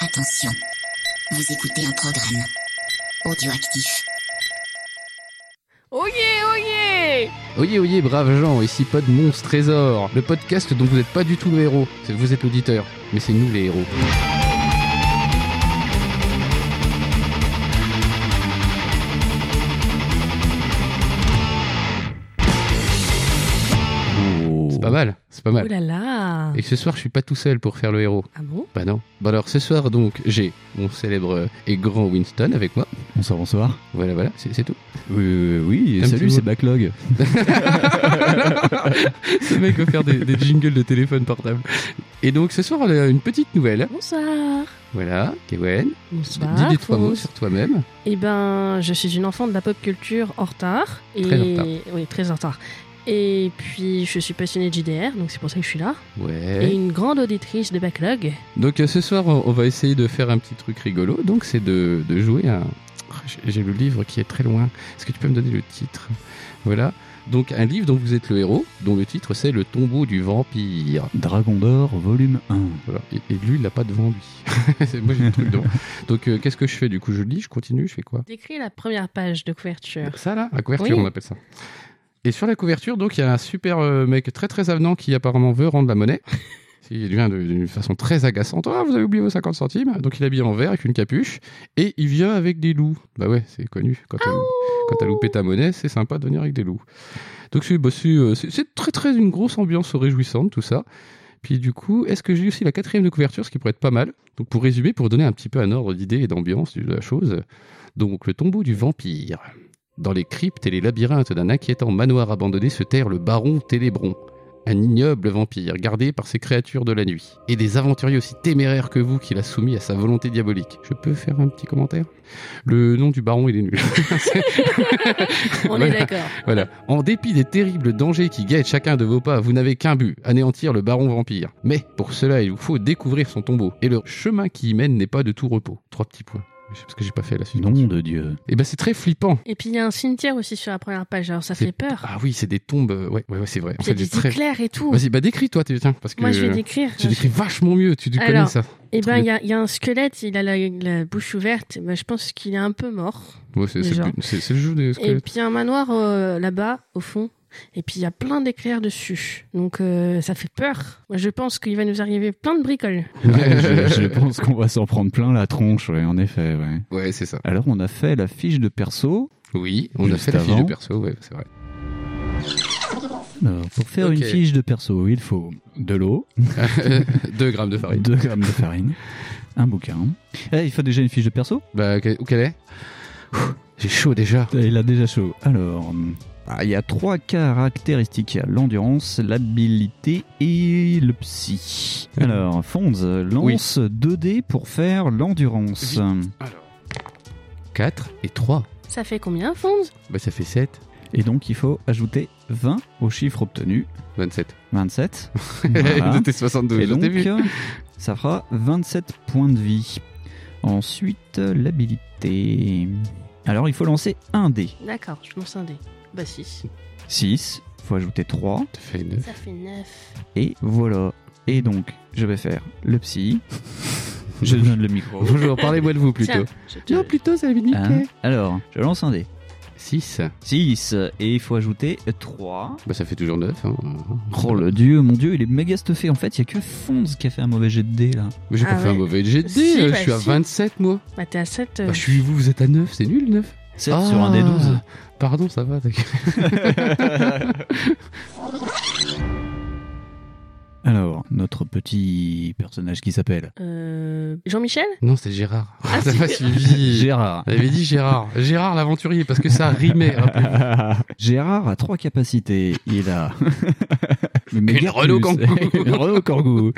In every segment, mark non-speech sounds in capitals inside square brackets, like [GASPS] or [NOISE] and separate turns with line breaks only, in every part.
Attention, vous écoutez un programme audioactif.
Oyez, oyez
Oyez, oyez, braves gens, ici Pod Monstre Trésor, le podcast dont vous n'êtes pas du tout le héros. C'est- Vous êtes l'auditeur, mais c'est nous les héros. C'est pas mal, c'est pas
Oh
mal.
là là
Et ce soir, je suis pas tout seul pour faire le héros.
Ah bon
Bah non. Bah alors, ce soir, donc, j'ai mon célèbre et grand Winston avec moi.
Bonsoir, bonsoir.
Voilà, voilà, c'est c'est tout.
Oui, oui, Euh, oui,
Un petit
salut,
mot.
c'est Backlog.
[LAUGHS] Ce mec veut faire des, des jingles de téléphone portable. Et donc, ce soir, on a une petite nouvelle.
Bonsoir
Voilà, Kewen.
Bonsoir
Dis les trois
Fausse.
mots sur toi-même.
Eh ben, je suis une enfant de la pop culture en retard. Et...
Très en retard.
Oui, très en retard. Et puis, je suis passionnée de JDR, donc c'est pour ça que je suis là. Et
Ouais.
une grande auditrice de Backlog.
Donc, euh, ce soir, on on va essayer de faire un petit truc rigolo. Donc, c'est de, de jouer un. J'ai- J'ai le livre qui est très loin. Est-ce que tu peux me donner le titre Voilà. Donc, un livre dont vous êtes le héros, dont le titre c'est Le tombeau du vampire.
Dragon d'or, volume 1.
Voilà. Et, et lui, il n'a pas devant lui. [LAUGHS] C'est- Moi, j'ai le truc devant. Donc, euh, qu'est-ce que je fais Du coup, je lis, je continue, je fais quoi
Décris la première page de
[LAUGHS]
couverture.
Ça, là La couverture,
Oui.
on appelle ça. Et sur la couverture, donc, il y a un super euh, mec très très avenant qui apparemment veut rendre
[LAUGHS]
la monnaie. Il vient de- d'une façon très agaçante. Ah, vous avez oublié vos 50 centimes. Donc, il est habillé en vert avec une capuche. Et il vient avec des loups. Bah ouais, c'est connu. Quand t'as, quand t'as loupé ta monnaie, c'est sympa de venir avec des loups. Donc, c'est, bah, c'est, euh, c'est- c'est très très une grosse ambiance réjouissante, tout ça. Puis du coup, est-ce que j'ai aussi la quatrième de couverture, ce qui pourrait être pas mal Donc pour résumer, pour donner un petit peu un ordre d'idée et d'ambiance de la chose, donc le tombeau du vampire. Dans les cryptes et les labyrinthes d'un inquiétant manoir abandonné se terre le baron Télébron, un ignoble vampire gardé par ses créatures de la nuit, et des aventuriers aussi téméraires que vous qu'il a soumis à sa volonté diabolique. Je peux faire un petit commentaire Le nom du baron, il est nul. [LAUGHS]
On
Voilà.
est d'accord.
Voilà. En dépit des terribles dangers qui guettent chacun de vos pas, vous n'avez qu'un but, anéantir le baron vampire. Mais pour cela, il vous faut découvrir son tombeau. Et le chemin qui y mène n'est pas de tout repos. Trois petits points. Je sais parce que j'ai pas fait la suite.
Nom de Dieu.
Et ben c'est très flippant.
Et puis, il y a un cimetière aussi sur la première page, alors ça
C'est-
fait peur.
Ah oui, c'est des tombes. euh, Ouais, ouais, ouais, c'est vrai. En
Il y a
fait,
des
j'ai très.
éclairs et tout.
Vas-y, bah décris-toi, t'es- tiens, parce que
Moi, je vais
euh,
décrire.
tu décris vachement mieux. Tu tu connais
Alors,
ça.
Eh ben,
Très
il y a, il y a un squelette, il a la, la bouche ouverte. Ben, je pense qu'il est un peu mort.
Ouais, c'est c'est le
déjà.
but- c'est- c'est le jeu des
Et
squelettes.
puis il y a un manoir euh, là-bas, au fond. Et puis il y a plein d'éclairs dessus. Donc euh, ça fait peur. Moi, je pense qu'il va nous arriver plein de bricoles.
Ouais, je, je pense qu'on va s'en prendre plein la tronche, ouais, en effet. Ouais.
Ouais, c'est ça.
Alors, on a fait la fiche de perso.
Oui, on a
Juste
fait la fiche
avant.
de perso. Ouais, c'est vrai. [LAUGHS]
Alors, pour faire
Ok.
une fiche de perso, il faut de l'eau,
2 grammes de farine.
2 grammes de farine, un bouquin. Eh, il faut déjà une fiche de perso
Bah, que- où qu'elle est Ouh, J'ai chaud déjà.
Il a déjà chaud. Alors, ah, il y a trois caractéristiques. Il y a l'endurance, l'habilité et le psy. Alors, Fonz, lance 2D pour faire l'endurance.
4 et 3.
Ça fait combien, Fonz
Bah ça fait 7.
Et donc, il faut ajouter 20 au chiffre obtenu.
[LAUGHS] 27.
27.
Voilà.
Voilà.
72
et
au
donc,
début.
[LAUGHS] ça fera 27 points de vie. Ensuite, l'habilité. Alors, il faut lancer un dé.
D'accord, je lance un dé. Bah 6.
6. Il faut ajouter 3.
Ça fait 9.
Ça fait 9.
Et voilà. Et donc, je vais faire
[LAUGHS]
le psy. je donne le micro.
Bonjour, parlez-moi de vous plutôt.
Tiens, je te-
Non, plutôt, ça avait niqué.
Hein Alors, je lance un dé.
6.
6. Et il faut ajouter 3.
Bah ça fait toujours 9. Hein.
Oh le dieu, mon dieu, il est méga stuffé. En fait, il y a que Fonz qui a fait un mauvais jet de dé là.
Mais j'ai
Ah
pas fait un
ouais.
mauvais jet de
Si,
dé, euh,
bah
je suis à
si.
27 moi.
Bah t'es à 7.
Bah, je suis vous, vous êtes à 9, c'est nul 9.
7 sur un dé 12.
Ah. Pardon, ça va. t'inquiète.
Alors, notre petit personnage qui s'appelle
euh, Jean-Michel
Non, c'est Gérard.
Ah,
ça
c'est
m'a suivi.
Gérard.
On avait dit Gérard. Gérard l'aventurier, parce que ça rimait. rappelez-vous.
Gérard a trois capacités. Il a [LAUGHS] Le
Une Renault
plus.
Kangoo.
[LAUGHS] Une Renault Kangoo.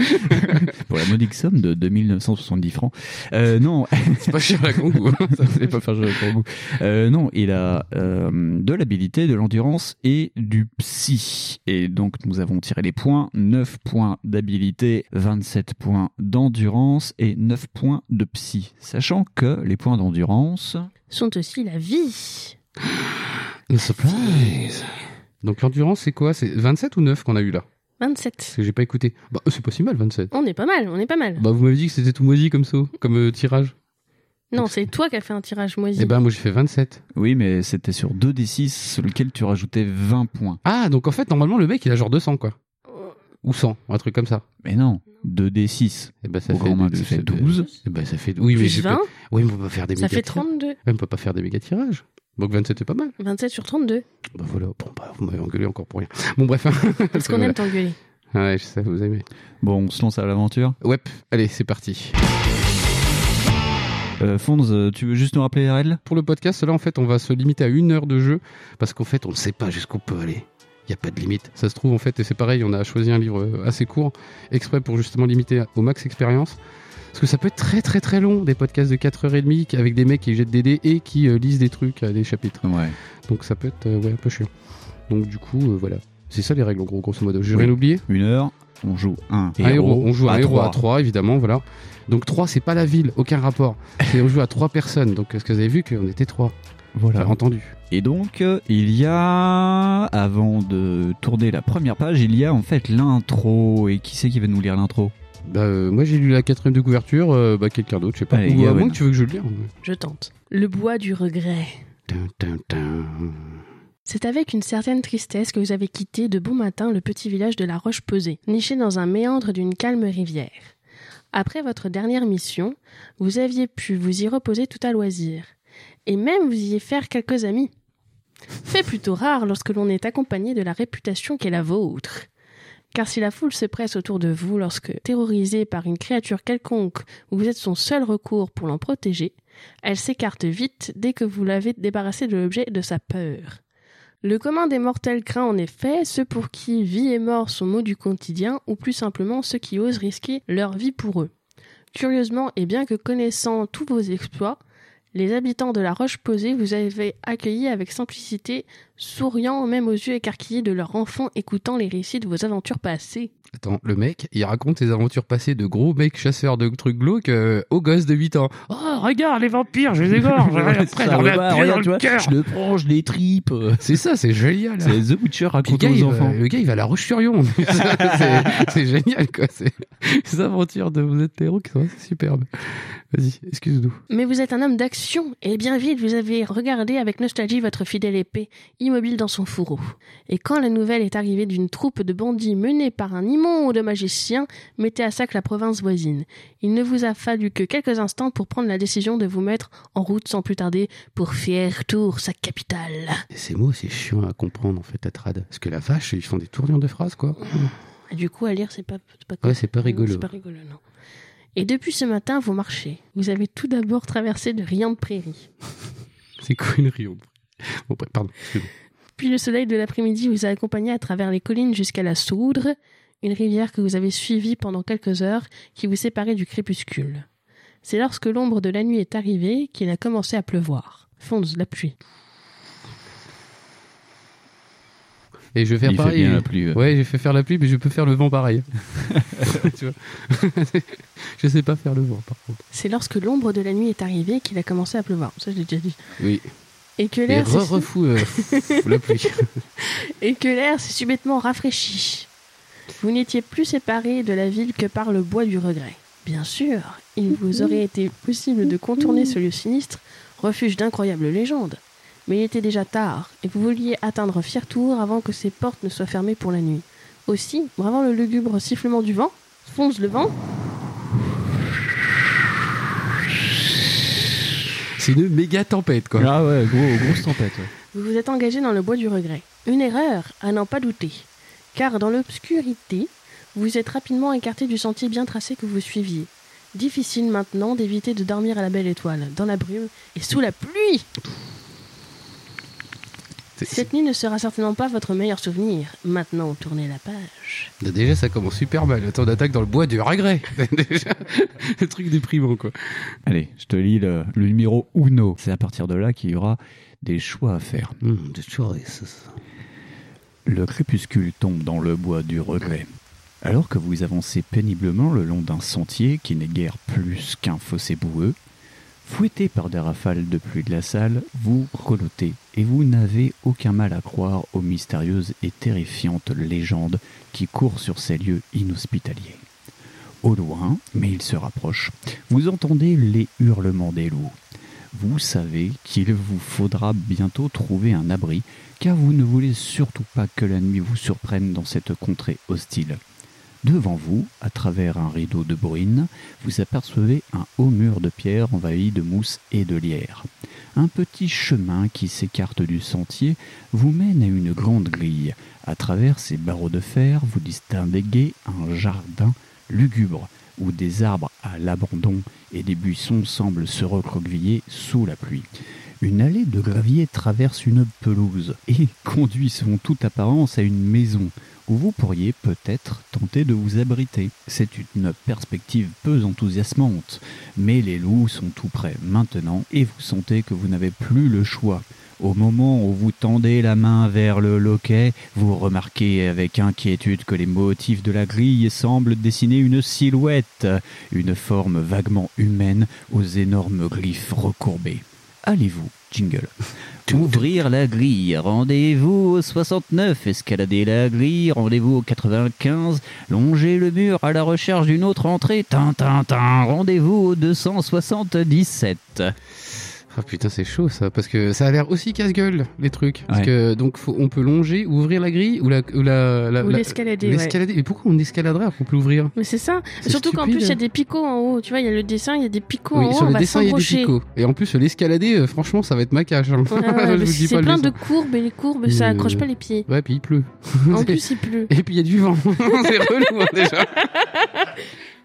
Pour la modique somme de 2970 francs. Euh, non,
C'est pas cher la congo. hein.
ça [LAUGHS] ne pas faire jouer le Kangoo. Euh, non, il a euh, de l'habilité, de l'endurance et du psy. Et donc nous avons tiré les points 9 points d'habilité, 27 points d'endurance et 9 points de psy. Sachant que les points d'endurance
Sont aussi la vie.
surprise. Donc l'endurance, c'est quoi C'est 27 ou 9 qu'on a eu là Parce
27.
que j'ai pas écouté. Bah, c'est pas si mal, 27.
On est pas mal, on est pas mal.
Bah, vous m'avez dit que c'était tout moisi comme ça, comme euh, tirage.
Non, c'est toi qui as fait un tirage moisi.
Eh ben, moi, j'ai fait 27.
Oui, mais c'était sur 2d6 sur lequel tu rajoutais 20 points.
Ah, donc en fait, normalement, le mec, il a genre 200, quoi. Ou 100, un truc comme ça.
Mais non, 2d6.
Eh ben, ça
Au
fait,
grand max, ça fait 12.
Eh ben, ça fait. Oui, mais
Plus
j'ai pas-
20,
Oui, mais on peut pas faire des
ça
méga
fait
tirages.
32.
Ouais, On peut pas faire des méga tirages. Donc 27 est pas mal.
27 sur 32.
Bah voilà, bon bah vous m'avez engueulé encore pour rien. Bon bref. [LAUGHS]
Parce qu'on
Voilà.
aime t'engueuler.
Ouais, je sais, vous aimez.
Bon, on se lance à l'aventure.
Ouais, allez, c'est parti.
Euh, Fonz, euh, tu veux juste nous rappeler les règles
Pour le podcast, là en fait, on va se limiter à une heure de jeu parce qu'en fait, on ne sait pas jusqu'où on peut aller. Il n'y a pas de limite. Ça se trouve en fait, et c'est pareil, on a choisi un livre euh, assez court, exprès pour justement limiter au max expérience. Parce que ça peut être très très très long, des podcasts de 4h30 avec des mecs qui jettent des dés et qui euh, lisent des trucs, euh, des chapitres.
Ouais.
Donc ça peut être euh, ouais, un peu chiant. Donc du coup, euh, voilà. C'est ça les règles en gros, grosso modo. J'ai
Oui.
rien oublié
Une heure, on joue un
Un héros. On joue un héros à
trois.
3, évidemment, voilà. Donc 3, c'est pas la ville, aucun
[LAUGHS]
rapport. C'est on joue à 3 personnes. Donc est-ce que vous avez vu qu'on était 3
Voilà.
entendu.
Et donc, euh, il y a, avant de tourner la première page, il y a en fait l'intro. Et qui c'est qui va nous lire l'intro
Bah, euh, moi j'ai lu la quatrième de couverture, euh, bah quelqu'un d'autre, je sais pas.
Allez,
Ou à
Gawen.
moins que tu veux que je le lire.
Je tente. Le bois du regret.
Tin, tin, tin.
C'est avec une certaine tristesse que vous avez quitté de bon matin le petit village de la Roche-Posée, niché dans un méandre d'une calme rivière. Après votre dernière mission, vous aviez pu vous y reposer tout à loisir, et même vous y faire quelques amis. Fait plutôt rare lorsque l'on est accompagné de la réputation qu'est la vôtre. Car si la foule se presse autour de vous lorsque, terrorisée par une créature quelconque, vous êtes son seul recours pour l'en protéger, elle s'écarte vite dès que vous l'avez débarrassé de l'objet de sa peur. Le commun des mortels craint en effet ceux pour qui vie et mort sont mots du quotidien ou plus simplement ceux qui osent risquer leur vie pour eux. Curieusement et bien que connaissant tous vos exploits, les habitants de la Roche-Posée vous avaient accueillis avec simplicité, souriant même aux yeux écarquillés de leurs enfants écoutant les récits de vos aventures passées.
Attends, le mec, il raconte ses aventures passées de gros mecs chasseurs de trucs glauques euh, aux gosses de 8 ans. Oh, regarde les vampires, je les [LAUGHS] égorge.
[LAUGHS]
Après, j'en ai un pied dans le cœur.
le prends, je
[LAUGHS]
les tripe.
C'est ça, c'est génial. hein.
C'est The Witcher
Puis le
raconté
gars,
aux
euh, il va-
enfants.
le gars, il va à la Roche-sur-Yon. [LAUGHS] c'est c'est génial, quoi. C'est les aventures de vous êtes héros qui sont assez superbes. Vas-y, excuse-nous.
Mais vous êtes un homme d'action, et bien vite vous avez regardé avec nostalgie votre fidèle épée, immobile dans son fourreau. Et quand la nouvelle est arrivée d'une troupe de bandits menée par un immonde magicien, mettez à sac la province voisine. Il ne vous a fallu que quelques instants pour prendre la décision de vous mettre en route sans plus tarder pour faire tour sa capitale.
Ces mots, c'est chiant à comprendre, en fait, à trad. Parce que la vache, ils font des tournures de phrases, quoi.
Et Du coup, à lire, c'est pas, c'est pas
Ouais, c'est pas rigolo.
C'est pas rigolo, non. Et depuis ce matin, vous marchez. Vous avez tout d'abord traversé de riantes prairies.
C'est quoi une rio Bon, bref, pardon. excuse-moi.
Puis le soleil de l'après-midi vous a accompagné à travers les collines jusqu'à la Soudre, une rivière que vous avez suivie pendant quelques heures, qui vous séparait du crépuscule. C'est lorsque l'ombre de la nuit est arrivée qu'il a commencé à pleuvoir. Fonce la pluie.
Et je vais faire
Il fait
pareil.
bien la pluie.
Ouais, j'ai fait faire la pluie, mais je peux faire le vent pareil. [LAUGHS] tu vois [LAUGHS] Je sais pas faire le vent, par contre.
C'est lorsque l'ombre de la nuit est arrivée qu'il a commencé à pleuvoir. Ça, je l'ai déjà dit.
Oui.
Et que
Et
l'air s'est-
re-refou euh,
[LAUGHS]
la pluie.
et que l'air s'est subitement rafraîchi. Vous n'étiez plus séparé de la ville que par le bois du regret. Bien sûr, il vous aurait été possible de contourner ce lieu sinistre, refuge d'incroyables légendes. Mais il était déjà tard, et vous vouliez atteindre Fiertour avant que ses portes ne soient fermées pour la nuit. Aussi, bravant le lugubre sifflement du vent, fonce le vent,
C'est une méga tempête, quoi.
Ah ouais, gros, grosse tempête.
[LAUGHS]
Vous vous êtes engagé dans le bois du regret. Une erreur, à n'en pas douter. Car dans l'obscurité, vous êtes rapidement écarté du sentier bien tracé que vous suiviez. Difficile maintenant d'éviter de dormir à la belle étoile, dans la brume et sous la pluie.
C'est-
Cette nuit ne sera certainement pas votre meilleur souvenir. Maintenant, tournez la page.
Bah, Déjà, ça commence super mal. Attends, on attaque dans le bois du [LAUGHS] regret. Déjà, le truc déprimant, quoi.
Allez, je te lis le, le numéro Uno. C'est à partir de là qu'il y aura des choix à faire.
Hum,
Le crépuscule tombe dans le bois du regret. Alors que vous avancez péniblement le long d'un sentier qui n'est guère plus qu'un fossé boueux, Fouetté par des rafales de pluie glaciale, vous grelottez et vous n'avez aucun mal à croire aux mystérieuses et terrifiantes légendes qui courent sur ces lieux inhospitaliers. Au loin, mais ils se rapprochent, vous entendez les hurlements des loups. Vous savez qu'il vous faudra bientôt trouver un abri, car vous ne voulez surtout pas que la nuit vous surprenne dans cette contrée hostile. Devant vous, à travers un rideau de bruine, vous apercevez un haut mur de pierre envahi de mousse et de lierre. Un petit chemin qui s'écarte du sentier vous mène à une grande grille. À travers ces barreaux de fer, vous distinguez un jardin lugubre où des arbres à l'abandon et des buissons semblent se recroqueviller sous la pluie. Une allée de gravier traverse une pelouse et conduit selon toute apparence à une maison où vous pourriez peut-être tenter de vous abriter. C'est une perspective peu enthousiasmante, mais les loups sont tout près maintenant et vous sentez que vous n'avez plus le choix. Au moment où vous tendez la main vers le loquet, vous remarquez avec inquiétude que les motifs de la grille semblent dessiner une silhouette, une forme vaguement humaine aux énormes griffes recourbées. Allez-vous, jingle. [LAUGHS] Ouvrir la grille, rendez-vous au 69, escalader la grille, rendez-vous au 95, longer le mur à la recherche d'une autre entrée, tin tin tin, rendez-vous au 277.
Ah putain, c'est chaud ça, parce que ça a l'air aussi casse-gueule les trucs. Parce
Ouais.
que donc faut- on peut longer, ouvrir la grille ou la ou la, la-
Ou
la-
l'escalader, ouais.
l'escalader. Mais pourquoi on escaladerait après qu'on peut l'ouvrir
Mais c'est ça.
C'est
Surtout qu'en plus,
stupide.
il y a des picots en haut. Tu vois, il y a le dessin, il y a des picots en
Oui,
haut.
sur
on
le
va
dessin il y a des
s'embrocher.
picots. Et en plus l'escalader, euh, franchement, ça va être ma cage. hein. [LAUGHS]
Ah [LAUGHS] ouais,
Je
mais
vous dis
c'est
pas le
plein de
dessin.
courbes et les courbes, ça
Euh,
accroche pas les pieds.
Ouais, puis il pleut.
En
[LAUGHS] C'est-
plus, il pleut.
Et puis il y a du vent. [LAUGHS] c'est relou hein, déjà.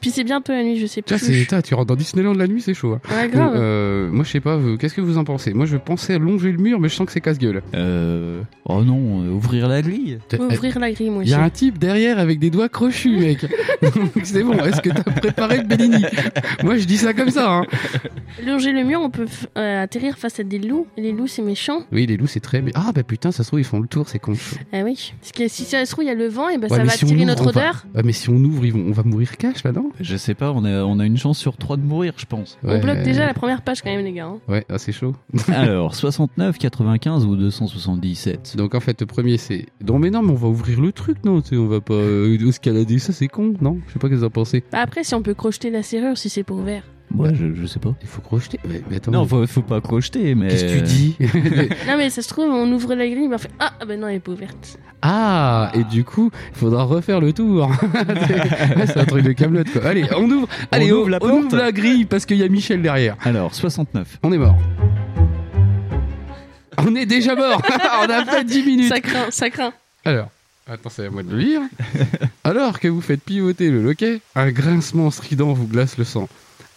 Puis c'est bientôt la nuit, je sais
Tu
plus.
vois, c'est- putain, tu rentres dans Disneyland la nuit, c'est chaud. hein.
Ouais, grave.
Bon, euh, moi je sais pas, vous- qu'est-ce que vous en pensez Moi je pensais à longer le mur, mais je sens que c'est casse-gueule.
Euh... Oh non, euh, ouvrir la grille
Ouvrir la grille, moi
Il y
aussi.
a un type derrière avec des doigts crochus,
[LAUGHS]
mec. Donc, c'est bon, est-ce que t'as préparé le Bellini Moi, je dis ça comme ça. hein.
Longer le mur, on peut f- euh, atterrir face à des loups. Les loups, c'est méchant.
Oui, les loups, c'est très. Mais... Ah, bah putain, ça se trouve, ils font le tour, c'est con.
Ah oui. Parce que si ça se trouve, il y a le vent, et ben
Ouais,
ça
mais
va
si on
attirer
ouvre,
notre
on va-
odeur.
Ah, mais si on ouvre, ils vont... on va mourir cash là-dedans
Je sais pas, on a, on a une chance sur trois de mourir, je pense. [LAUGHS]
On bloque déjà la première page quand même, les gars. hein.
Ouais, ah, c'est chaud.
Alors, 69, 95 ou 277
Donc en fait, le premier, c'est. Non, mais non, mais on va ouvrir le truc, non tu sais, On va pas euh, escalader, ça, c'est con, non Je sais pas qu'est-ce que vous en pensez.
Bah après, si on peut crocheter la serrure, si c'est pour ouvert.
[LAUGHS]
Moi, je, je sais pas.
Il faut crocheter. Mais, mais attends.
Non,
mais-
faut, Euh. faut pas crocheter, mais...
Qu'est-ce que tu dis
[LAUGHS]
Non, mais ça se trouve, on ouvre la grille, mais on fait Ah, ben non, elle est pas ouverte.
Ah, et du coup, il faudra refaire le tour. [LAUGHS] Ouais, c'est un truc de camelote quoi. Allez, on ouvre, allez,
ouvre la porte.
ouvre la grille parce qu'il y a Michel derrière.
Alors, 69.
On est mort. On est déjà mort. [LAUGHS] on a pas 10 minutes.
Ça craint, ça craint.
Alors, attends, c'est à moi de le lire. [LAUGHS] Alors que vous faites pivoter le loquet, un grincement strident vous glace le sang.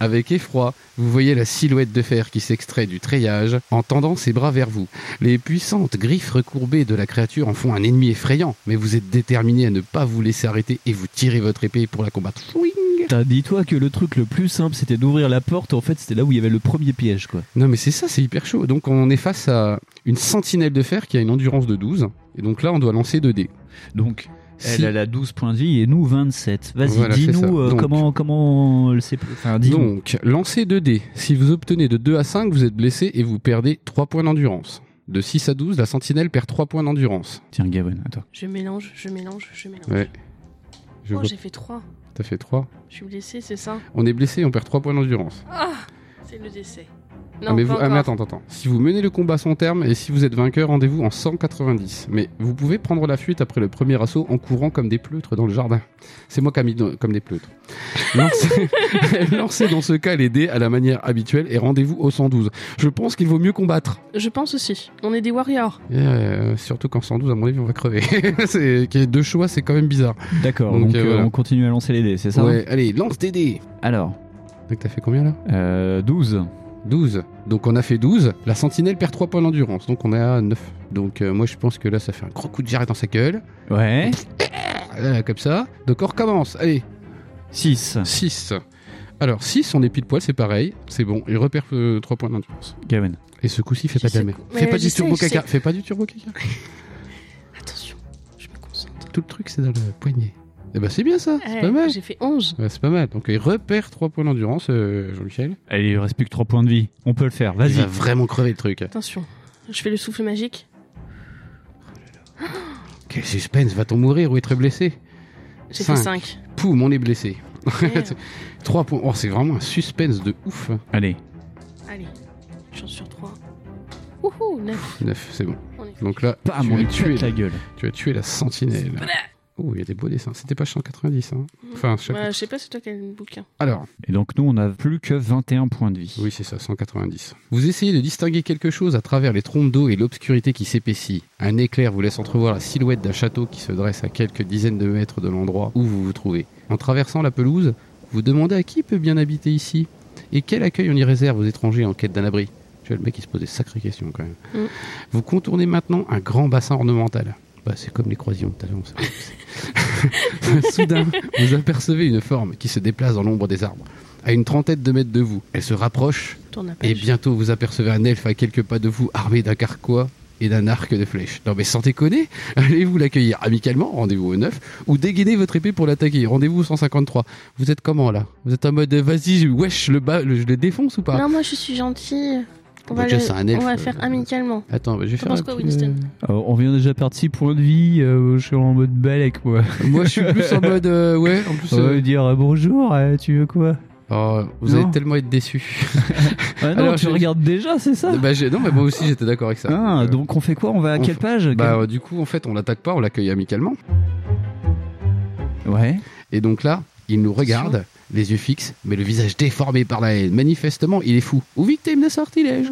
Avec effroi, vous voyez la silhouette de fer qui s'extrait du treillage en tendant ses bras vers vous. Les puissantes griffes recourbées de la créature en font un ennemi effrayant, mais vous êtes déterminé à ne pas vous laisser arrêter et vous tirez votre épée pour la combattre. Chouing
T'as dit toi que le truc le plus simple c'était d'ouvrir la porte, en fait c'était là où il y avait le premier piège quoi.
Non mais c'est ça, c'est hyper chaud. Donc on est face à une sentinelle de fer qui a une endurance de 12, et donc là on doit lancer 2 dés.
Donc
Si-
elle a la 12 points de vie et nous 27. Vas-y,
Voilà, c'est ça.
dis-nous euh,
Donc-
comment comment le CP enfin dis
Donc, lancez 2 dés. Si vous obtenez de 2 à 5, vous êtes blessé et vous perdez 3 points d'endurance. De 6 à 12, la sentinelle perd 3 points d'endurance.
Tiens Gavin, attends.
Je mélange, je mélange, je mélange.
Ouais. Je
oh,
vois,
j'ai fait 3.
t'as fait 3.
Je suis blessée, c'est ça
On est blessé et on perd 3 points d'endurance.
Ah C'est le décès. Non,
Ah, mais
pas
vous, ah,
encore.
mais attends, attends, attends. Si vous menez le combat à son terme et si vous êtes vainqueur, rendez-vous en 190. Mais vous pouvez prendre la fuite après le premier assaut en courant comme des pleutres dans le jardin. C'est moi qui a mis dans- comme
[LAUGHS]
des pleutres. Lancez, [LAUGHS] lancez dans ce cas les dés à la manière habituelle et rendez-vous au 112. Je pense qu'il vaut mieux combattre.
Je pense aussi. On est des warriors.
Et, euh, surtout qu'en 112, à mon avis, on va crever. [LAUGHS] c'est qu'il y ait deux choix, c'est quand même bizarre.
D'accord,
Donc,
donc,
euh,
euh,
voilà.
on continue à lancer les dés, c'est ça
ouais, allez, lance tes dés.
Alors,
Donc t'as fait combien là
euh, 12.
12. Donc on a fait 12. La sentinelle perd 3 points d'endurance, donc on est à 9. Donc euh, moi je pense que là ça fait un gros coup de jarret dans sa gueule.
Ouais.
Ah, là, là, comme ça. Donc on recommence. Allez,
6.
6. Alors 6, on est pile poil, c'est pareil. C'est bon, il repère 3 points d'endurance.
Gavin.
Et ce coup-ci, fais
Je
pas de la
sais
merde.
quoi.
Fais
Mais
pas
je
du
sais,
turbo
je sais.
caca. Fais pas du turbo caca.
Attention, je me concentre.
Tout le truc c'est dans le poignet. Eh ben c'est bien ça, c'est pas mal.
J'ai fait 11.
Ouais, c'est pas mal. Donc il repère 3 points d'endurance, euh, Jean-Michel.
Allez, il reste plus que 3 points de vie. On peut le faire,
Il
vas-y.
va vraiment crever le truc.
Attention, je fais le souffle magique.
Quel suspense, va-t-on mourir ou être blessé
J'ai
Cinq.
fait
[LAUGHS]
5.
Poum, on est blessé. [LAUGHS] 3 points. Oh, c'est vraiment un suspense de ouf. hein.
Allez.
Allez, chance sur 3. Wouhou, 9.
9, c'est bon.
On est...
Donc là,
Bam,
tu,
on
as
lui
tué,
pète la gueule.
tu as tué la sentinelle. Oh, il y a des beaux dessins. C'était pas 190, hein. Enfin, chapitre.
Ouais, je sais pas si toi qui as le bouquin.
Alors,
Et donc, nous, on n'a plus que 21 points de vie.
Oui, c'est ça, 190. Vous essayez de distinguer quelque chose à travers les trompes d'eau et l'obscurité qui s'épaissit. Un éclair vous laisse entrevoir la silhouette d'un château qui se dresse à quelques dizaines de mètres de l'endroit où vous vous trouvez. En traversant la pelouse, vous demandez à qui peut bien habiter ici et quel accueil on y réserve aux étrangers en quête d'un abri. Tu vois, le mec, il se pose des sacrées questions quand même.
Mm.
Vous contournez maintenant un grand bassin ornemental. Bah, c'est comme les croisillons de tout à l'heure, on sait [LAUGHS] pas. Soudain, vous apercevez une forme qui se déplace dans l'ombre des arbres, à une trentaine de mètres de vous. Elle se rapproche
Tourne la page.
et bientôt vous apercevez un elfe à quelques pas de vous armé d'un carquois et d'un arc de flèche. Non mais sans déconner, [LAUGHS] allez-vous l'accueillir amicalement, rendez-vous au 9, ou dégainer votre épée pour l'attaquer, rendez-vous au 153. Vous êtes comment là Vous êtes en mode euh, vas-y, je- wesh, je le, bats- le- je le défonce ou pas
Non, moi je suis gentille. On
Bah,
va,
déjà,
le-
c'est un elfe,
on va
euh,
faire
euh,
amicalement.
Attends, bah, je vais
T'en
faire...
penses
un
quoi,
petit-
Winston
Euh, on vient déjà perdre 6 points de vie. euh, je suis en mode
[LAUGHS]
balèque, quoi.
Moi je suis plus en mode... euh, ouais, en plus...
On va
euh,
lui dire euh, bonjour, euh, tu veux quoi
oh, vous
Non.
allez tellement être déçus.
Ah non,
Alors,
tu
je-
regardes déjà, c'est
[LAUGHS]
ça
bah, j'ai- non mais moi aussi j'étais d'accord avec ça.
Ah,
Euh,
donc on fait quoi On va à
on
quelle
fait-
page
Bah euh, du coup en fait on l'attaque pas, on l'accueille amicalement.
Quelle- Ouais.
Et donc là, il nous regarde, les yeux fixes, mais le visage déformé par la haine. Manifestement, il est fou. Ou victime
[LAUGHS]
d'un sortilège.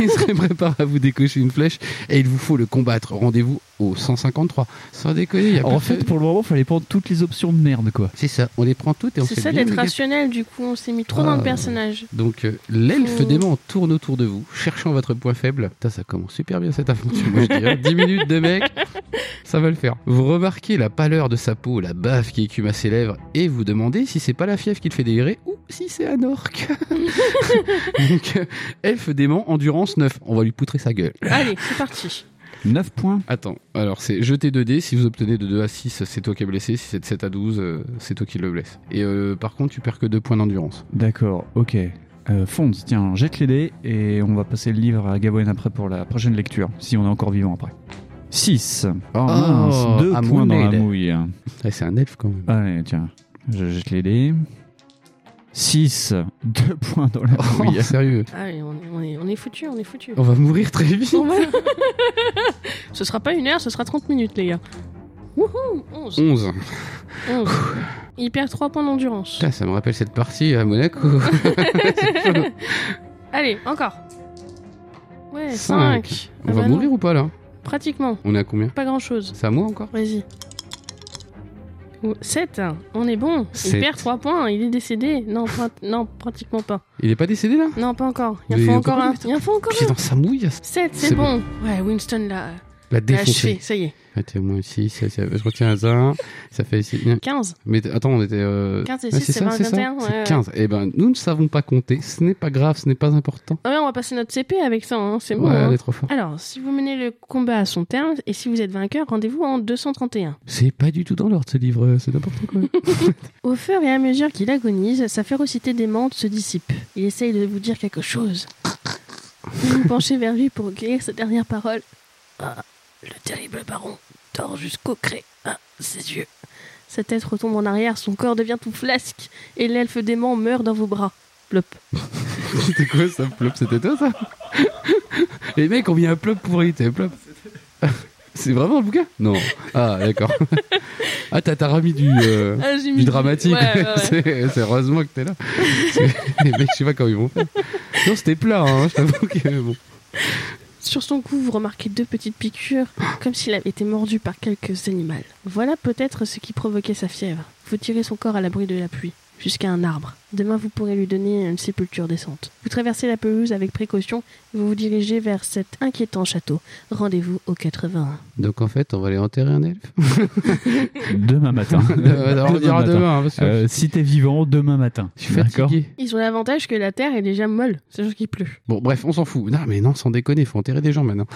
il se prépare à vous décocher une flèche et il vous faut le combattre. Rendez-vous au 153. Sans déconner, il y a
En
pas
fait,
de-
pour le moment, fallait prendre toutes les options de merde, quoi.
C'est ça, on les prend toutes et on
C'est
fait
ça
bien
d'être
le gaffe.
rationnel, du coup, on s'est mis trop dans
Ah.
le personnage.
Donc euh, l'elfe
Faut-
dément tourne autour de vous, cherchant votre point faible. Putain, ça commence super bien cette aventure, moi je dis. hein. 10 minutes de mec, ça va le faire. Vous remarquez la pâleur de sa peau, la bave qui écume à ses lèvres, et vous demandez si c'est pas la fièvre qui le fait délirer ou si c'est un orque. [LAUGHS] Donc euh, elfe dément, endurance 9. On va lui poutrer sa gueule.
Allez, c'est parti.
9 points.
Attends, alors c'est jeter 2 dés, si vous obtenez de 2 à 6, c'est toi qui es blessé, si c'est de 7 à 12, euh, c'est toi qui le blesse. Et euh, par contre, tu perds que 2 points d'endurance.
D'accord, ok. Euh, Fonds, tiens, jette les dés et on va passer le livre à Gawain après pour la prochaine lecture, si on est encore vivant après. 6. Oh, mince, 2
à
points dans la
mouille.
mouille.
Ouais, c'est un elfe quand même.
Allez, tiens, je jette les dés. 6. 2 points dans la mouille.
Ah, oui, sérieux.
Allez, on est, on est, on est foutu, on est foutu.
On va mourir très vite.
ce sera pas une heure, ce sera 30 minutes, les gars. Wouhou 11.
11.
11. Il perd 3 points d'endurance.
Putain, ça me rappelle cette partie à Monaco.
Oh,
[LAUGHS]
Allez, encore. Ouais,
Cinq.
5.
On va mourir ou pas là
Pratiquement,
On est à combien
pas grand chose.
C'est à moi encore
Vas-y. 7, on est bon. Il
Sept.
perd 3 points, il est décédé. Non, prat- non, pratiquement pas.
Il est pas décédé là
Non, pas encore. Il
Mais
en faut
il y a
encore
encore
un.
un,
Il en faut encore
Putain,
un.
ça mouille.
7,
C'est
c'est bon. Ouais, Winston l'a
La Ah,
l'a achevé,
défoncée.
ça y est.
Attends, moi aussi, ça, ça- je retiens un. Ça fait ici.
15.
Mais t- attends, on était. euh,
15 et
ouais,
6, c'est 20, 21.
C'est
ouais, ouais.
15. Eh ben, nous ne savons pas compter. Ce n'est pas grave, ce n'est pas important.
Ah ouais, on va passer notre CP avec ça, hein, c'est bon.
ouais,
hein.
elle est trop fort.
Alors, si vous menez le combat à son terme et si vous êtes vainqueur, rendez-vous en 231.
C'est pas du tout dans l'ordre ce livre, euh, c'est n'importe quoi.
Au fur et à mesure qu'il agonise, sa férocité démente se dissipe. Il essaye de vous dire quelque chose. Vous vous penchez vers lui pour guérir sa dernière parole. Ah, le terrible baron tord jusqu'au cré à ses yeux. Sa tête retombe en arrière, son corps devient tout flasque et l'elfe dément meurt dans vos bras. Plop.
C'était quoi ça, plop C'était toi ça Les mecs ont mis un plop pourri, t'es plop. C'est vraiment le bouquin Non. Ah, d'accord. Ah, t'as t'as remis du, euh,
Ah, j'ai mis
du dramatique.
Ouais, ouais, [LAUGHS] ouais.
[LAUGHS] C'est- C'est heureusement que t'es là. C'est- Les mecs, je sais pas comment ils vont faire. Non, c'était plat, hein, je t'avoue que bon.
Sur son cou, vous remarquez deux petites piqûres, comme s'il avait été mordu par quelques animaux. Voilà peut-être ce qui provoquait sa fièvre. Vous tirez son corps à l'abri de la pluie, jusqu'à un arbre. Demain, vous pourrez lui donner une sépulture décente. Vous traversez la pelouse avec précaution et vous vous dirigez vers cet inquiétant château. Rendez-vous au 81.
Donc en fait, on va aller enterrer un elfe.
Demain matin.
Euh, Alors, [LAUGHS] on
Demain
dira
matin.
demain, hein, parce que
Euh, si t'es vivant, demain matin.
je suis fatigué.
Ils ont l'avantage que la terre est déjà molle, sachant qu'il pleut.
Bon, bref, on s'en fout. Non, mais non, sans déconner, faut enterrer des gens maintenant.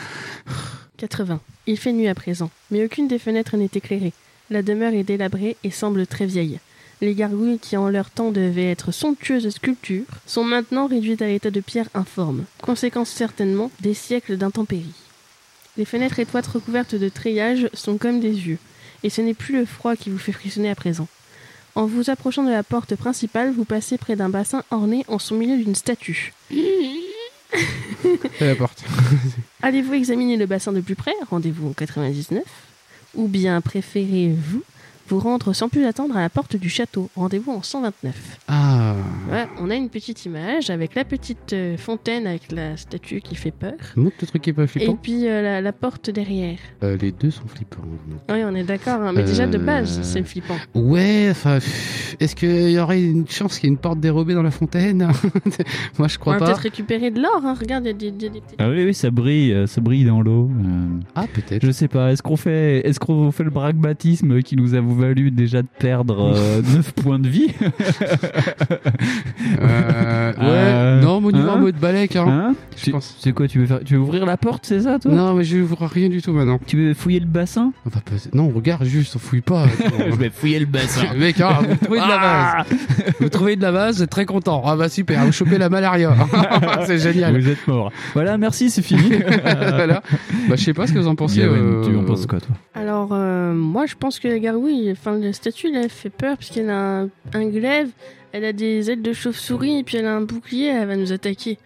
80. Il fait nuit à présent, mais aucune des fenêtres n'est éclairée. La demeure est délabrée et semble très vieille. Les gargouilles qui en leur temps devaient être somptueuses sculptures sont maintenant réduites à l'état de pierre informe, conséquence certainement des siècles d'intempéries. Les fenêtres étroites recouvertes de treillages sont comme des yeux, et ce n'est plus le froid qui vous fait frissonner à présent. En vous approchant de la porte principale, vous passez près d'un bassin orné en son milieu d'une statue.
C'est la porte.
Allez-vous examiner le bassin de plus près, rendez-vous en 99, ou bien préférez-vous vous rendre sans plus attendre à la porte du château, rendez-vous en 129.
Ah.
Voilà, on a une petite image avec la petite euh, fontaine avec la statue qui fait peur,
Un autre truc qui est pas
et
flippant.
puis euh, la, la porte derrière.
Euh, les deux sont flippants.
Oui, on est d'accord, hein, mais déjà de base,
Euh,
c'est flippant.
Ouais, enfin, pff, est-ce qu'il y aurait une chance qu'il y ait une porte dérobée dans la fontaine [LAUGHS] Moi, je
On
crois
va
pas.
peut-être récupérer de l'or, hein, regarde, il y a des, des- des petites-
Ah oui, oui, ça brille, euh, ça brille dans l'eau. Euh,
Ah, peut-être.
je sais pas, est-ce qu'on fait, est-ce qu'on fait le pragmatisme qui nous a valu déjà de perdre
[LAUGHS]
9 points de vie [LAUGHS]
Euh, ouais.
Euh,
non, mon niveau
hein
en mode balai, clairement.
Hein
je
Tu-
pense.
C'est quoi, tu veux faire, tu veux ouvrir la porte, c'est ça, toi
Non, mais je vois rien du tout maintenant.
Tu veux fouiller le [LAUGHS] bassin
Ah, bah, peut-être- non, regarde juste, on fouille
[LAUGHS]
pas.
vais fouiller
[LAUGHS]
le [LAUGHS] bassin.
Mec, hein, vous trouvez
Ah
de la base. Vous trouvez de la base, vous êtes très content. Ah bah super, vous chopez la malaria. [LAUGHS] c'est génial.
Vous êtes mort. Voilà, merci, c'est fini.
[LAUGHS]
[LAUGHS]
voilà. Bah, je sais pas ce que vous en pensez.
Gawain,
euh,
tu en penses quoi, toi
Alors, euh, moi, je pense que la gargouille, enfin, la statue, là, elle fait peur, puisqu'elle a un, un glaive, elle a des ailes de chauve-souris, et puis elle a un bouclier, elle va nous attaquer.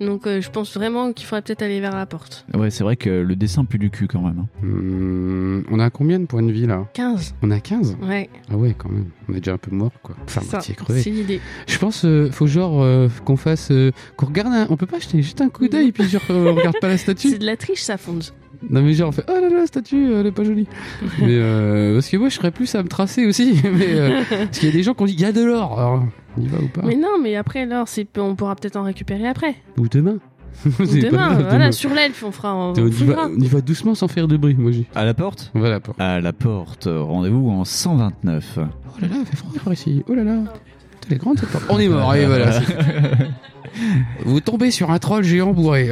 Donc, euh, je pense vraiment qu'il faudrait peut-être aller vers la porte.
Ouais, c'est vrai que le dessin pue du cul quand même. hein.
Hmm, on a combien de points de vie là
15,
On a 15
ouais,
Ah ouais, quand même. On est déjà un peu mort, quoi. Enfin,
ça,
moitié crevé.
c'est l'idée.
Je pense, euh, faut genre euh, qu'on fasse, euh, qu'on regarde. Un... On peut pas jeter juste un coup d'œil puis genre euh, on regarde pas la
[LAUGHS] C'est
statue.
de la triche, ça fonde.
Non mais genre on fait, oh là là, la statue, euh, elle est pas
[LAUGHS]
jolie. mais euh, parce que moi, je serais plus à me tracer aussi. [LAUGHS] mais euh, parce qu'il y a des gens qui ont dit, il y a de l'or. Alors, on y va ou pas
Mais non, mais après, alors, c'est, on pourra peut-être en récupérer après.
Ou demain.
Ou
[LAUGHS] C'est
demain,
pas-
voilà, sur l'elfe, on fera, on,
On y,
fouillera.
va, on y va doucement sans faire de bruit, moi j'ai.
À la porte
On va à la porte.
À la porte. Rendez-vous en 129.
Oh là là, il fait froid par ici. Oh là là. Putain, Elle est grande cette porte. On est mort, et voilà. c'est- Vous tombez sur un troll géant bourré.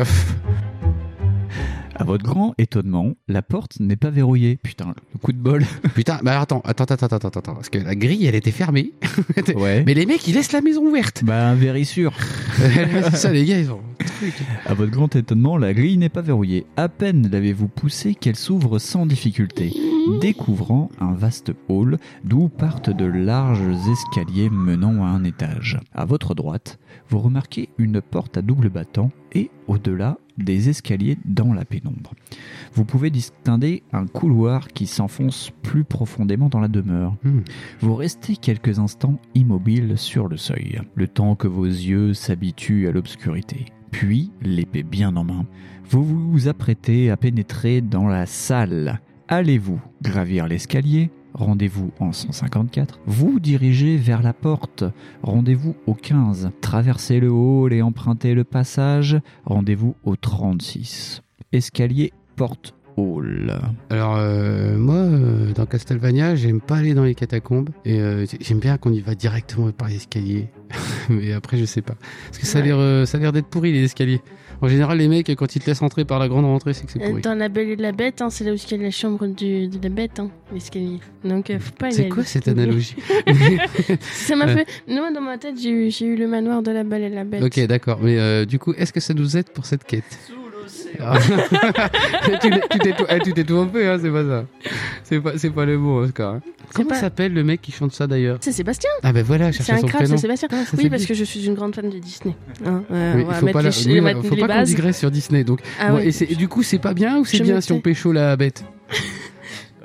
À votre grand étonnement, la porte n'est pas verrouillée. Putain, le coup de bol.
Putain, bah attends, attends, attends, attends, attends, attends, parce que la grille, elle était fermée.
[LAUGHS] Ouais.
Mais les mecs, ils laissent la maison
[LAUGHS]
ouverte.
Bah, un verri sûr.
C'est ça, les gars, ils ont. truc.
À votre grand étonnement, la grille n'est pas verrouillée. À peine l'avez-vous poussée qu'elle s'ouvre sans difficulté, découvrant un vaste hall d'où partent de larges escaliers menant à un étage. À votre droite, vous remarquez une porte à double battant et au-delà des escaliers dans la pénombre. Vous pouvez distinguer un couloir qui s'enfonce plus profondément dans la demeure.
Hmm.
Vous restez quelques instants immobile sur le seuil, le temps que vos yeux s'habituent à l'obscurité. Puis, l'épée bien en main, vous vous apprêtez à pénétrer dans la salle. Allez-vous gravir l'escalier Rendez-vous en 154. Vous dirigez vers la porte. Rendez-vous au 15. Traversez le hall et empruntez le passage. Rendez-vous au 36. Escalier, porte, hall.
Alors, euh, moi, euh, dans Castlevania, j'aime pas aller dans les catacombes. Et euh, j'ai- j'aime bien qu'on y va directement par l'escalier. [LAUGHS] Mais après, je sais pas. Parce que ça a l'air euh, ça a l'air d'être pourri, les escaliers. En général, les mecs, quand ils te laissent entrer par la grande rentrée, c'est que c'est
Euh,
pourri.
Dans la belle et la bête, hein, c'est là où il y a la chambre du- de la bête, hein, l'escalier. Donc, euh, faut pas aller
C'est
à
quoi cette
l'escalier.
analogie
Ça
Euh.
m'a fait. Non, dans ma tête, j'ai eu, j'ai eu le manoir de la belle et la bête.
Ok, d'accord. Mais euh, du coup, est-ce que ça nous aide pour cette quête Ah. [LAUGHS] tu l'es- tu t'étou- eh, tu t'étouffes un peu, hein, c'est pas ça. C'est pas, c'est pas le mot, Oscar. hein. Comment
pas-
s'appelle le mec qui chante ça d'ailleurs
C'est Sébastien,
Ah ben voilà,
c'est
chercher
un
son
crabe,
prénom.
c'est Sébastien.
Ah, ça, c'est
oui, parce
dit.
que je suis une grande fan de Disney. hein. Euh,
Oui,
on va
faut
mettre
pas, la-
les,
oui,
on va
voilà,
mettre
faut
les
pas qu'on
bases.
digresse sur Disney. Donc,
Ah
Bon,
oui.
et, c'est- et du coup, c'est pas bien ou c'est
Je me
bien si
tais.
on pécho la bête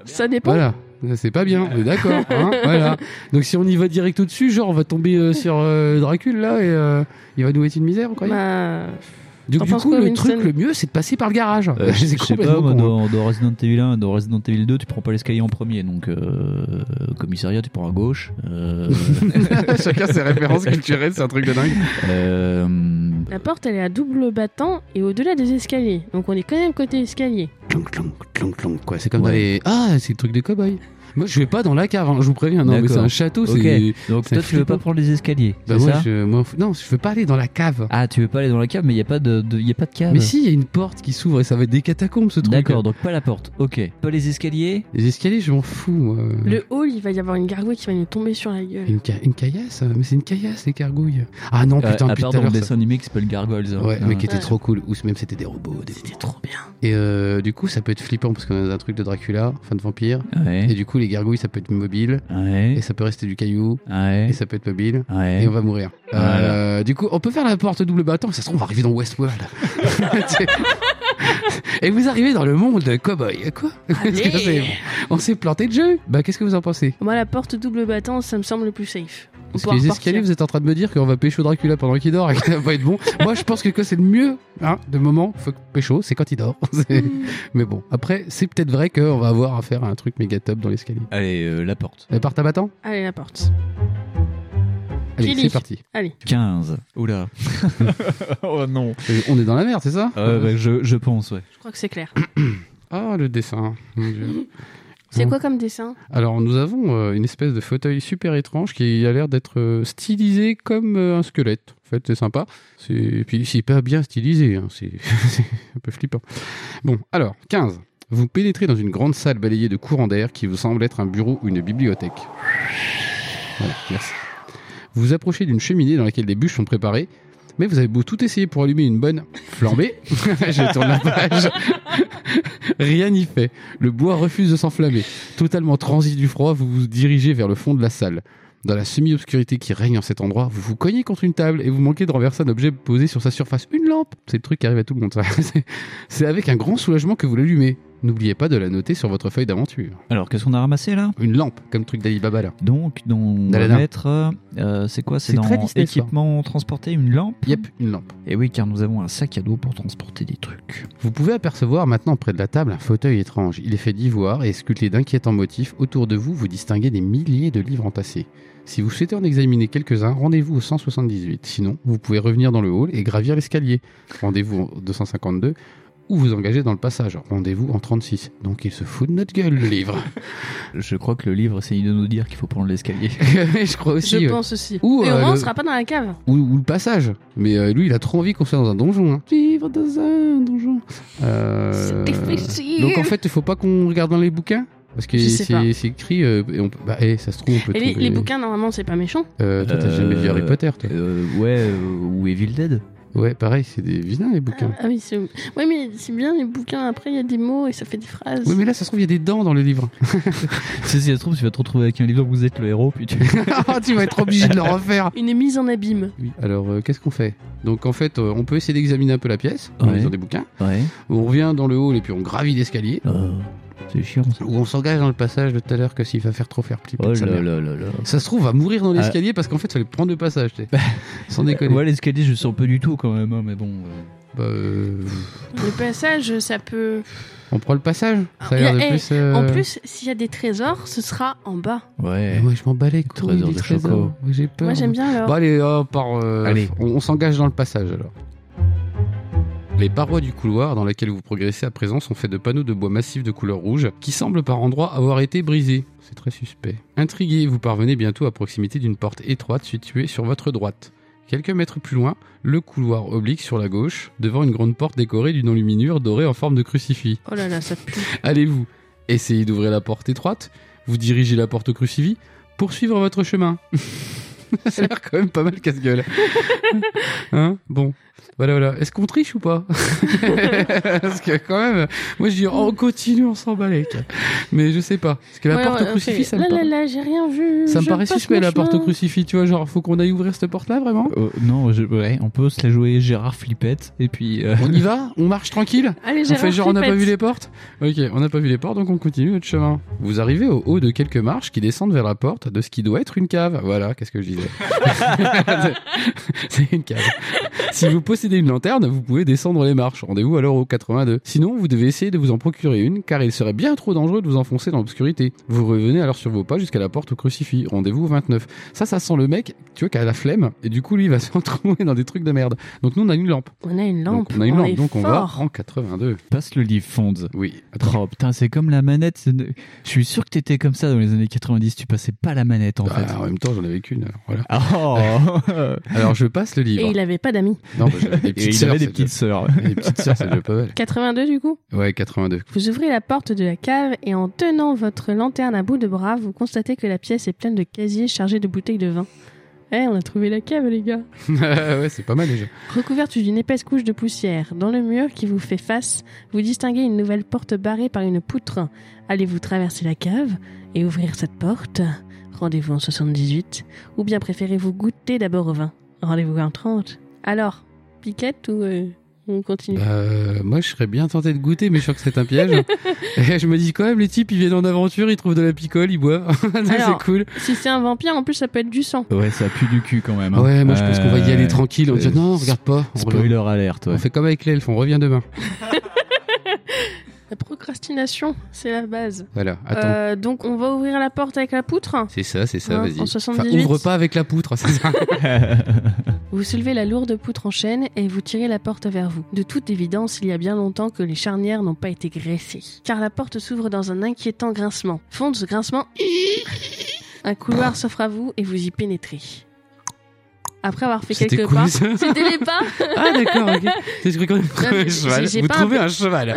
Ça dépend.
Voilà, c'est pas bien. on
[LAUGHS]
est D'accord. hein, voilà. Donc si on y va direct au-dessus, genre on va tomber euh, sur euh, Dracula là et euh, il va nous mettre une misère, vous croyez
Bah,
Donc
t'en
du
penses
coup,
quoi,
le
Winston
truc le mieux, c'est de passer par le garage.
Euh, je
[LAUGHS] C'est
sais
complètement
pas, moi,
con, hein.
dans, dans Resident Evil 1, dans Resident Evil 2, tu prends pas l'escalier en premier, donc euh, commissariat, tu prends à gauche. euh, [LAUGHS]
[LAUGHS] Chacun ses références culturelles, c'est un truc de dingue.
euh,
la porte, elle est à double battant et au-delà des escaliers. Donc, on est quand même côté escalier.
Clonk, clonk, clonk, clonk, quoi. C'est comme dans
Ouais.
les. Ah, c'est le truc des cow-boys. Moi, je vais pas dans la cave, hein, je vous préviens. Non, mais
D'accord.
c'est un château.
Ok.
c'est... c'est
Donc toi, tu veux
flippant.
pas prendre les escaliers,
Bah,
c'est
moi,
ça
je... moi, non, je veux pas aller dans la cave.
Ah, tu veux pas aller dans la cave, mais il y a pas de, de- y a pas de cave.
Mais si, il y a une porte qui s'ouvre et ça va être des catacombes, ce truc.
D'accord, donc pas la porte. Ok. Pas les escaliers.
Les escaliers, je m'en fous. moi.
Le hall, il va y avoir une gargouille qui va nous tomber sur la gueule.
Une, ca- une caillasse hein, Mais c'est une caillasse, les cargouilles. Ah non, putain,
Euh, à
depuis
part
tout à
dans le
l'heure, ça-
dessin animé qui s'appelle Gargoyles. hein.
Ouais, mais qui était
Ouais.
trop cool. Ou même c'était des robots. des-
Ah. C'était trop bien.
Et euh, du coup, ça peut être flippant parce qu'on a un truc de Dracula, fin de vampire. Et
Ouais.
du coup, les gargouilles, ça peut être mobile.
Ouais.
Et ça peut rester du caillou.
Ouais.
Et ça peut être mobile.
Ouais.
Et on va mourir. Euh, du coup, on peut faire la porte double battant. Ça se trouve, on va arriver dans Westworld. [LAUGHS] Et vous arrivez dans le monde de cowboy. Quoi Parce que c'est- On s'est planté de jeu. Bah, qu'est-ce que vous en pensez
Moi, la porte double battant, ça me semble le plus safe. On
Parce
peut
que les
repartir.
escaliers, vous êtes en train de me dire qu'on va pécho Dracula pendant qu'il dort et que ça va pas être bon. Moi, je pense que quand c'est le mieux, hein, de moment, faut que pécho, c'est quand il dort. [LAUGHS] [LAUGHS] C'est- Mais bon, après, c'est peut-être vrai qu'on va avoir à faire un truc méga top dans l'escalier.
Allez, euh, la porte.
Euh, Part à battant
Allez, la porte.
Allez,
Kili.
c'est parti.
15. Oula. oh non.
Euh, On est dans la merde, c'est ça
Euh, bah, je, je pense, ouais.
Je crois que c'est clair.
Ah, le dessin. mon Dieu.
C'est
Bon.
quoi comme dessin
Alors, nous avons euh, une espèce de fauteuil super étrange qui a l'air d'être euh, stylisé comme euh, un squelette. En fait, c'est sympa. C'est- Et puis, c'est pas bien stylisé. hein. C'est [LAUGHS] c'est un peu flippant. Bon, alors, 15. Vous pénétrez dans une grande salle balayée de courants d'air qui vous semble être un bureau ou une bibliothèque. Voilà, merci. Vous vous approchez d'une cheminée dans laquelle des bûches sont préparées, mais vous avez beau tout essayer pour allumer une bonne flambée. [LAUGHS] Je tourne la page. [LAUGHS] Rien n'y fait. Le bois refuse de s'enflammer. Totalement transi du froid, vous vous dirigez vers le fond de la salle. Dans la semi-obscurité qui règne en cet endroit, vous vous cognez contre une table et vous manquez de renverser un objet posé sur sa surface. Une lampe C'est le truc qui arrive à tout le monde, ça. [LAUGHS] C'est- C'est avec un grand soulagement que vous l'allumez. N'oubliez pas de la noter sur votre feuille d'aventure.
Alors, qu'est-ce qu'on a ramassé là
Une lampe, comme le truc d'Alibaba là.
Donc, dans on va
Daladin.
mettre. euh, c'est quoi C'est
C'est
dans
très Disney, ça.
équipement transporté, une lampe
Yep, une lampe.
Et Eh oui, car nous avons un sac à dos pour transporter des trucs.
Vous pouvez apercevoir maintenant près de la table un fauteuil étrange. Il est fait d'ivoire et sculpté d'inquiétants motifs. Autour de vous, vous distinguez des milliers de livres entassés. Si vous souhaitez en examiner quelques-uns, rendez-vous au 178. Sinon, vous pouvez revenir dans le hall et gravir l'escalier. Rendez-vous au 252 ou vous engager dans le passage. Rendez-vous en 36. Donc il se fout de notre gueule, le [LAUGHS] livre.
Je crois que le livre essaye de nous dire qu'il faut prendre l'escalier.
Je crois aussi.
Je
ouais.
pense aussi.
Ou,
Et au
euh,
moins, on
le-
sera pas dans la cave.
ou, ou le passage. Mais euh, lui, il a trop envie qu'on soit dans un donjon. hein. Vivre dans un donjon. Euh,
C'est difficile.
Donc en fait, il faut pas qu'on regarde dans les bouquins parce que
Je sais
c'est
pas.
c'est écrit. euh, et on peut- bah, eh, ça se trouve, on peut
Et les,
trouver.
les bouquins, normalement, c'est pas méchant.
Euh, toi, t'as jamais vu
Euh,
Harry Potter, toi
[LAUGHS] Euh, ouais, euh, ou Evil Dead
Ouais, pareil, c'est des vilains les bouquins.
Ah oui, c'est. Oui, mais c'est bien les bouquins. Après, il y a des mots et ça fait des phrases.
Oui, mais là, ça se trouve, il y a des dents dans
[LAUGHS]
le livre.
Si si ça se trouve, tu vas te retrouver avec un livre où vous êtes le héros, puis tu...
Ah, [LAUGHS] tu vas être obligé de le refaire.
Une mise en abîme.
Oui, alors euh, qu'est-ce qu'on fait Donc en fait, euh, on peut essayer d'examiner un peu la pièce en
Ouais.
lisant des bouquins.
[LAUGHS] Ouais.
On revient dans le hall et puis on gravit l'escalier.
Oh, c'est chiant ça.
Ou on s'engage dans le passage de tout à l'heure que s'il va faire trop faire flipper
Oh
de sa
là
mère.
là là là.
Ça se trouve, va mourir dans l'escalier parce qu'en fait, fallait prendre le passage.
[LAUGHS]
tu sais. Sans déconner.
Ouais, l'escalier, je sens pas du tout quand même, hein, mais bon. euh.
Bah, euh,
Le passage, ça peut.
on prend le passage. Ça a
Ah,
l'air de
eh,
plus. euh,
En plus, s'il y a des trésors, ce sera en bas.
Mais
Ouais.
Moi, je m'en bats les couilles
Trésor
des
de
trésors.
Choco.
Moi, J'ai peur.
Moi, j'aime bien alors.
Bon, allez, euh, par, euh,
Allez.
On, on s'engage dans le passage alors. Les parois du couloir dans lequel vous progressez à présent sont faites de panneaux de bois massifs de couleur rouge qui semblent par endroits avoir été brisés. C'est très suspect. Intrigué, vous parvenez bientôt à proximité d'une porte étroite située sur votre droite. Quelques mètres plus loin, le couloir oblique sur la gauche, devant une grande porte décorée d'une enluminure dorée en forme de crucifix.
Oh là là, ça pue.
Allez-vous essayer d'ouvrir la porte étroite, vous dirigez la porte au crucifix, poursuivre votre chemin. [LAUGHS] Ça a l'air quand même pas
[LAUGHS]
mal casse-gueule. Hein Bon, voilà, voilà. Est-ce qu'on triche
[LAUGHS]
ou pas Parce que quand même, moi je dis on continue, on s'en bat les couilles. Mais je sais pas. Parce que la
Ouais,
porte
ouais,
au
on
crucifix,
fait,
ça me,
Là, là,
paraît-
là, j'ai rien vu.
ça me
je
paraît
passe
suspect
mon
la porte au
chemin.
crucifix. Tu vois, genre faut qu'on aille ouvrir cette porte-là vraiment
Euh, non, je- ouais, on peut se la jouer Gérard Flippette, et puis. euh,
On y va On marche tranquille
Allez,
On
j'ai
fait genre on n'a pas vu les portes Ok, on n'a pas vu les portes donc on continue notre chemin. Vous arrivez au haut de quelques marches qui descendent vers la porte de ce qui doit être une cave. Voilà, qu'est-ce que je disais [LAUGHS] C'est une cave. si vous possédez une lanterne, vous pouvez descendre les marches. Rendez-vous alors au 82. Sinon, vous devez essayer de vous en procurer une, car il serait bien trop dangereux de vous enfoncer dans l'obscurité. Vous revenez alors sur vos pas jusqu'à la porte au crucifix. Rendez-vous au 29. Ça, ça sent le mec, tu vois, qui a la flemme, et du coup, lui, il va [LAUGHS] se retrouver dans des trucs de merde. Donc, nous, on a une lampe.
On a une lampe.
donc, on a une
est
lampe, donc on va
fort.
en 82.
[LAUGHS] Passe le livre Fonds.
Oui, attention.
Oh putain, c'est comme la manette. c'est une- Je suis sûr que t'étais comme ça dans les années 90. Tu passais pas la manette en
Ah,
fait.
en même temps, j'en avais qu'une. alors, voilà.
[LAUGHS] Oh
[LAUGHS] Alors, je passe le livre.
Et il avait pas d'amis.
Non, bah, j'avais des
Et
petites
il
sœurs.
avait des
c'est déjà- [LAUGHS]
petites sœurs.
des petites sœurs, c'est déjà pas mal.
82 du coup
Ouais, 82.
Vous ouvrez la porte de la cave et en tenant votre lanterne à bout de bras, vous constatez que la pièce est pleine de casiers chargés de bouteilles de vin. Eh, on a trouvé la cave, les gars
[LAUGHS] ouais, c'est pas mal déjà.
Recouverte d'une épaisse couche de poussière, dans le mur qui vous fait face, vous distinguez une nouvelle porte barrée par une poutre. Allez-vous traverser la cave et ouvrir cette porte Rendez-vous en 78. Ou bien préférez-vous goûter d'abord au vin Rendez-vous en 30. Alors, piquette ou euh, on continue
Bah, euh, moi, je serais bien tenté de goûter, mais je crois que c'est
[LAUGHS]
un piège. Et je me dis quand même, les types, ils viennent en aventure, ils trouvent de la picole, ils boivent. [LAUGHS] Ça,
Alors,
c'est cool.
Si c'est un vampire, en plus, ça peut être du sang.
Ouais, ça pue du cul quand même. hein.
Ouais, moi, je pense qu'on va y aller
Euh,
tranquille. On dit
euh,
non, regarde pas. On, revient.
Spoiler alerte.
On
Ouais. [LAUGHS]
fait comme avec l'elfe, on revient demain.
La procrastination, c'est la base.
Voilà, attends.
Euh, donc, on va ouvrir la porte avec la poutre.
C'est ça, c'est ça,
hein,
vas-y.
en
Enfin,
78.
ouvre pas avec la poutre, c'est ça.
Vous soulevez la lourde poutre en chaîne et vous tirez la porte vers vous. De toute évidence, il y a bien longtemps que les charnières n'ont pas été graissées. Car la porte s'ouvre dans un inquiétant grincement. Fond de ce grincement, [LAUGHS] un couloir s'offre à vous et vous y pénétrez. Après avoir fait
C'était
quelques
cool,
pas...
ça.
C'était les pas
[LAUGHS]
[LAUGHS]
Ah, d'accord, ok. C'est ce que quand même trouver un
j'ai-
cheval.
j'ai
Vous
pas un
trouvez un cheval.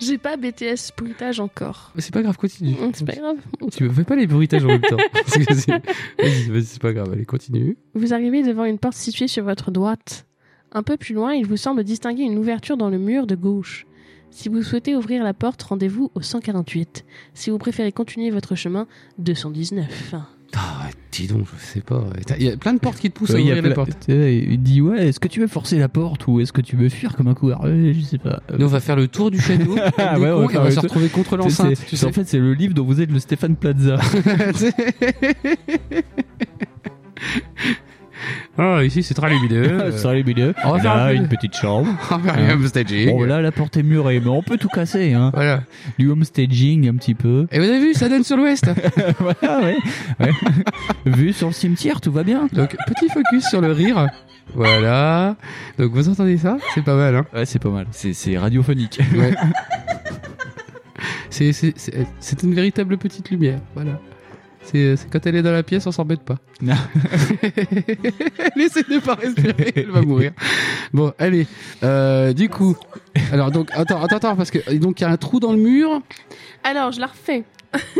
J'ai pas BTS bruitage encore.
C'est pas grave, continue.
C'est pas grave.
Tu me fais pas les bruitages en
[LAUGHS]
même temps. Parce que c'est- Vas-y, vas-y, c'est pas grave, allez, continue.
Vous arrivez devant une porte située sur votre droite. Un peu plus loin, il vous semble distinguer une ouverture dans le mur de gauche. Si vous souhaitez ouvrir la porte, rendez-vous au 148. Si vous préférez continuer votre chemin, 219.
Ah, dis donc, je sais pas. Il y a plein de portes qui te poussent hein, à
Ouais, il y a
ouvrir les
plein-
portes.
tu sais, Il dit ouais, est-ce que tu veux forcer la porte ou est-ce que tu veux fuir comme un couard Ouais, Je sais pas. Euh,
Nous, on va faire le tour du château. [LAUGHS] comme des
Ah ouais,
cons,
on va
et on
faire
va
le
se
tour.
retrouver contre
c'est-
l'enceinte.
c'est-
Tu sais.
En fait, c'est le livre dont vous êtes le
[LAUGHS]
Stéphane Plaza.
Ah, ici, [LAUGHS] c'est très lumineux.
[LAUGHS]
Ah,
Sur les milieux.
on va faire un
Là,
peu- euh.
une petite chambre.
On va faire un staging.
Bon, là, la porte est murée, mais on peut tout casser. Hein.
Voilà.
Du home staging un petit peu.
Et vous avez vu, ça donne sur [LAUGHS] l'ouest.
voilà, [LAUGHS] Ah ouais. ouais. [LAUGHS] Vu sur le cimetière, tout va bien.
Donc, petit focus sur le rire. Voilà. Donc, vous entendez ça C'est pas mal, hein
Ouais, c'est pas mal. C'est c'est radiophonique.
Ouais. C'est- c'est- C'est c'est une véritable petite lumière, voilà. C'est c'est quand elle est dans la pièce, on s'embête
[LAUGHS]
pas.
Non.
Laissez-le pas respirer, elle va mourir. Bon, allez. Euh, du coup, alors donc, attends, attends, attends, parce que donc il y a un trou dans le mur.
Alors, je la refais.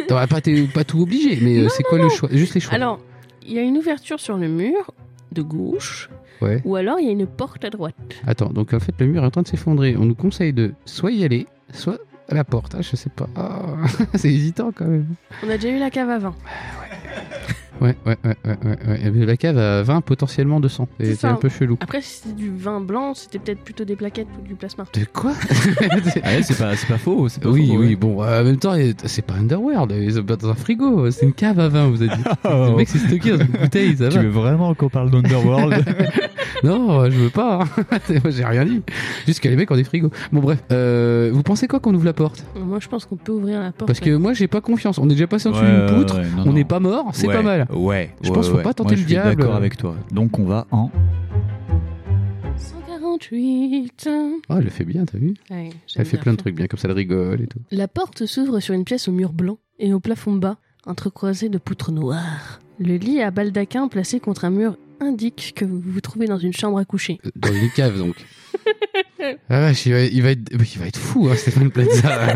T'aurais pas, été- pas tout obligé, mais euh, c'est quoi le choix Juste les choix.
Alors, il y a une ouverture sur le mur de gauche,
Ouais.
ou alors il y a une porte à droite.
Attends, donc en fait le mur est en train de s'effondrer. On nous conseille de soit y aller, soit à la porte. Ah, je sais pas. Ah, [LAUGHS] c'est hésitant quand même.
On a déjà eu la cave avant.
Ouais, ouais, ouais, ouais, ouais, ouais. Et puis La cave à 20, potentiellement 200.
C'est
C'est c'est
ça.
un peu chelou.
Après, si c'était du vin blanc, c'était peut-être plutôt des plaquettes ou du plasma.
De
[LAUGHS]
quoi
[LAUGHS] Ah ouais, c'est pas, c'est pas faux. c'est pas
Oui,
faux,
oui,
ouais.
bon, euh, en même temps, euh, c'est pas Underworld, euh, ils ont pas dans un frigo, c'est une cave à vin, vous avez dit.
Oh.
Le mec c'est stocké dans une bouteille, ça
Tu
va.
veux vraiment qu'on parle [LAUGHS] d'Underworld
Non, euh, je veux pas, hein. [LAUGHS] Moi, j'ai rien dit. Juste que les mecs ont des frigos. Bon, bref, euh, vous pensez quoi qu'on ouvre la porte
Moi, je pense qu'on peut ouvrir la porte.
Parce que moi, j'ai pas confiance, on est déjà passé en dessous
Ouais,
d'une
ouais,
poutre,
ouais, non,
on
non.
n'est pas mort, c'est
Ouais,
pas mal.
Ouais.
Je
ouais,
pense qu'il faut
ouais.
pas tenter
Moi,
le
je suis
diable.
D'accord avec toi. Donc on va en.
148.
Oh, elle le fait bien, t'as vu
Ouais, j'aime
Elle fait
bien
plein de
faire.
trucs bien, comme ça, elle rigole et tout.
La porte s'ouvre sur une pièce au mur blanc et au plafond bas, entrecroisé de poutres noires. Le lit à baldaquin placé contre un mur indique que vous vous trouvez dans une chambre à coucher.
Euh, Dans une
[LAUGHS]
cave, donc. Ah vache, il va, il va être, il va être fou, hein,
[LAUGHS]
Stéphane Plaza.